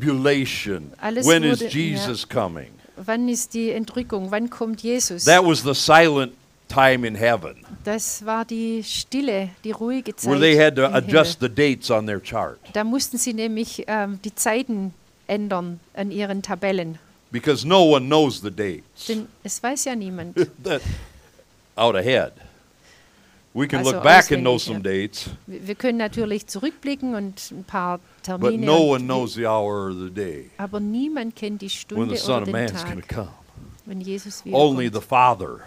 Speaker 2: tribulation,
Speaker 1: Alles
Speaker 2: when is
Speaker 1: wurde-
Speaker 2: Jesus coming.
Speaker 1: Wann ist die Entrückung? Wann kommt Jesus?
Speaker 2: That was the silent time in heaven
Speaker 1: das war die Stille, die ruhige Zeit.
Speaker 2: where they had to
Speaker 1: im Himmel.
Speaker 2: adjust the dates on their chart
Speaker 1: Da mussten sie nämlich ähm, die Zeiten ändern an ihren Tabellen.
Speaker 2: because no one knows the dates
Speaker 1: Denn es weiß ja niemand.
Speaker 2: <laughs> that out ahead. We can
Speaker 1: Also
Speaker 2: look back and know
Speaker 1: auswendig,
Speaker 2: some
Speaker 1: ja.
Speaker 2: dates,
Speaker 1: Wir wir können natürlich zurückblicken und ein paar
Speaker 2: but
Speaker 1: Termine.
Speaker 2: no
Speaker 1: und
Speaker 2: one
Speaker 1: die-
Speaker 2: knows the hour or the day.
Speaker 1: Aber niemand kennt die
Speaker 2: when
Speaker 1: Stunde
Speaker 2: the
Speaker 1: oder
Speaker 2: Son of
Speaker 1: den
Speaker 2: Man is going to
Speaker 1: Tag,
Speaker 2: come.
Speaker 1: wenn Jesus
Speaker 2: Only the
Speaker 1: wiederkommt.
Speaker 2: Father,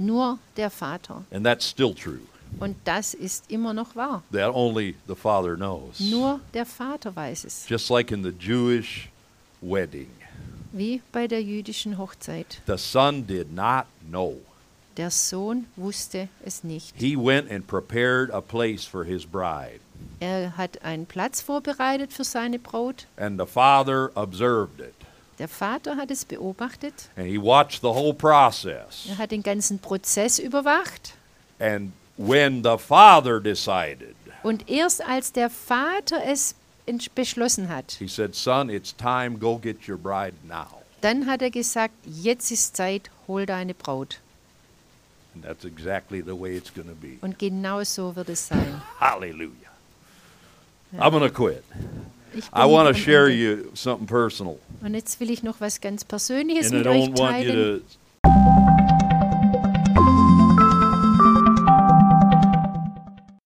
Speaker 1: Nur der Vater.
Speaker 2: and that's still true.
Speaker 1: Und das ist immer noch wahr.
Speaker 2: That only the Father knows.
Speaker 1: Nur der Vater weiß es.
Speaker 2: Just like in the Jewish wedding,
Speaker 1: Wie bei der jüdischen Hochzeit.
Speaker 2: the Son did not know.
Speaker 1: Der Sohn wusste es nicht.
Speaker 2: He went and prepared a place for his bride,
Speaker 1: Er hat einen Platz vorbereitet für seine Braut.
Speaker 2: and the Father observed it,
Speaker 1: Der Vater hat es beobachtet.
Speaker 2: and he watched the whole process.
Speaker 1: Er <laughs> hat den ganzen Prozess überwacht.
Speaker 2: And when the Father decided,
Speaker 1: Und erst als der Vater es entsch- beschlossen hat,
Speaker 2: he said, Son, it's time, go get your bride now.
Speaker 1: dann hat er gesagt, jetzt ist Zeit, hol deine Braut.
Speaker 2: And that's exactly the way it's going to be.
Speaker 1: Und genau so wird es sein.
Speaker 2: Hallelujah. I'm going to quit.
Speaker 1: Ich bin
Speaker 2: I want
Speaker 1: am
Speaker 2: to share
Speaker 1: Ende.
Speaker 2: you something personal.
Speaker 1: Und jetzt will ich noch was ganz Persönliches
Speaker 2: And I
Speaker 1: mit euch
Speaker 2: don't want you
Speaker 1: teilen.
Speaker 2: to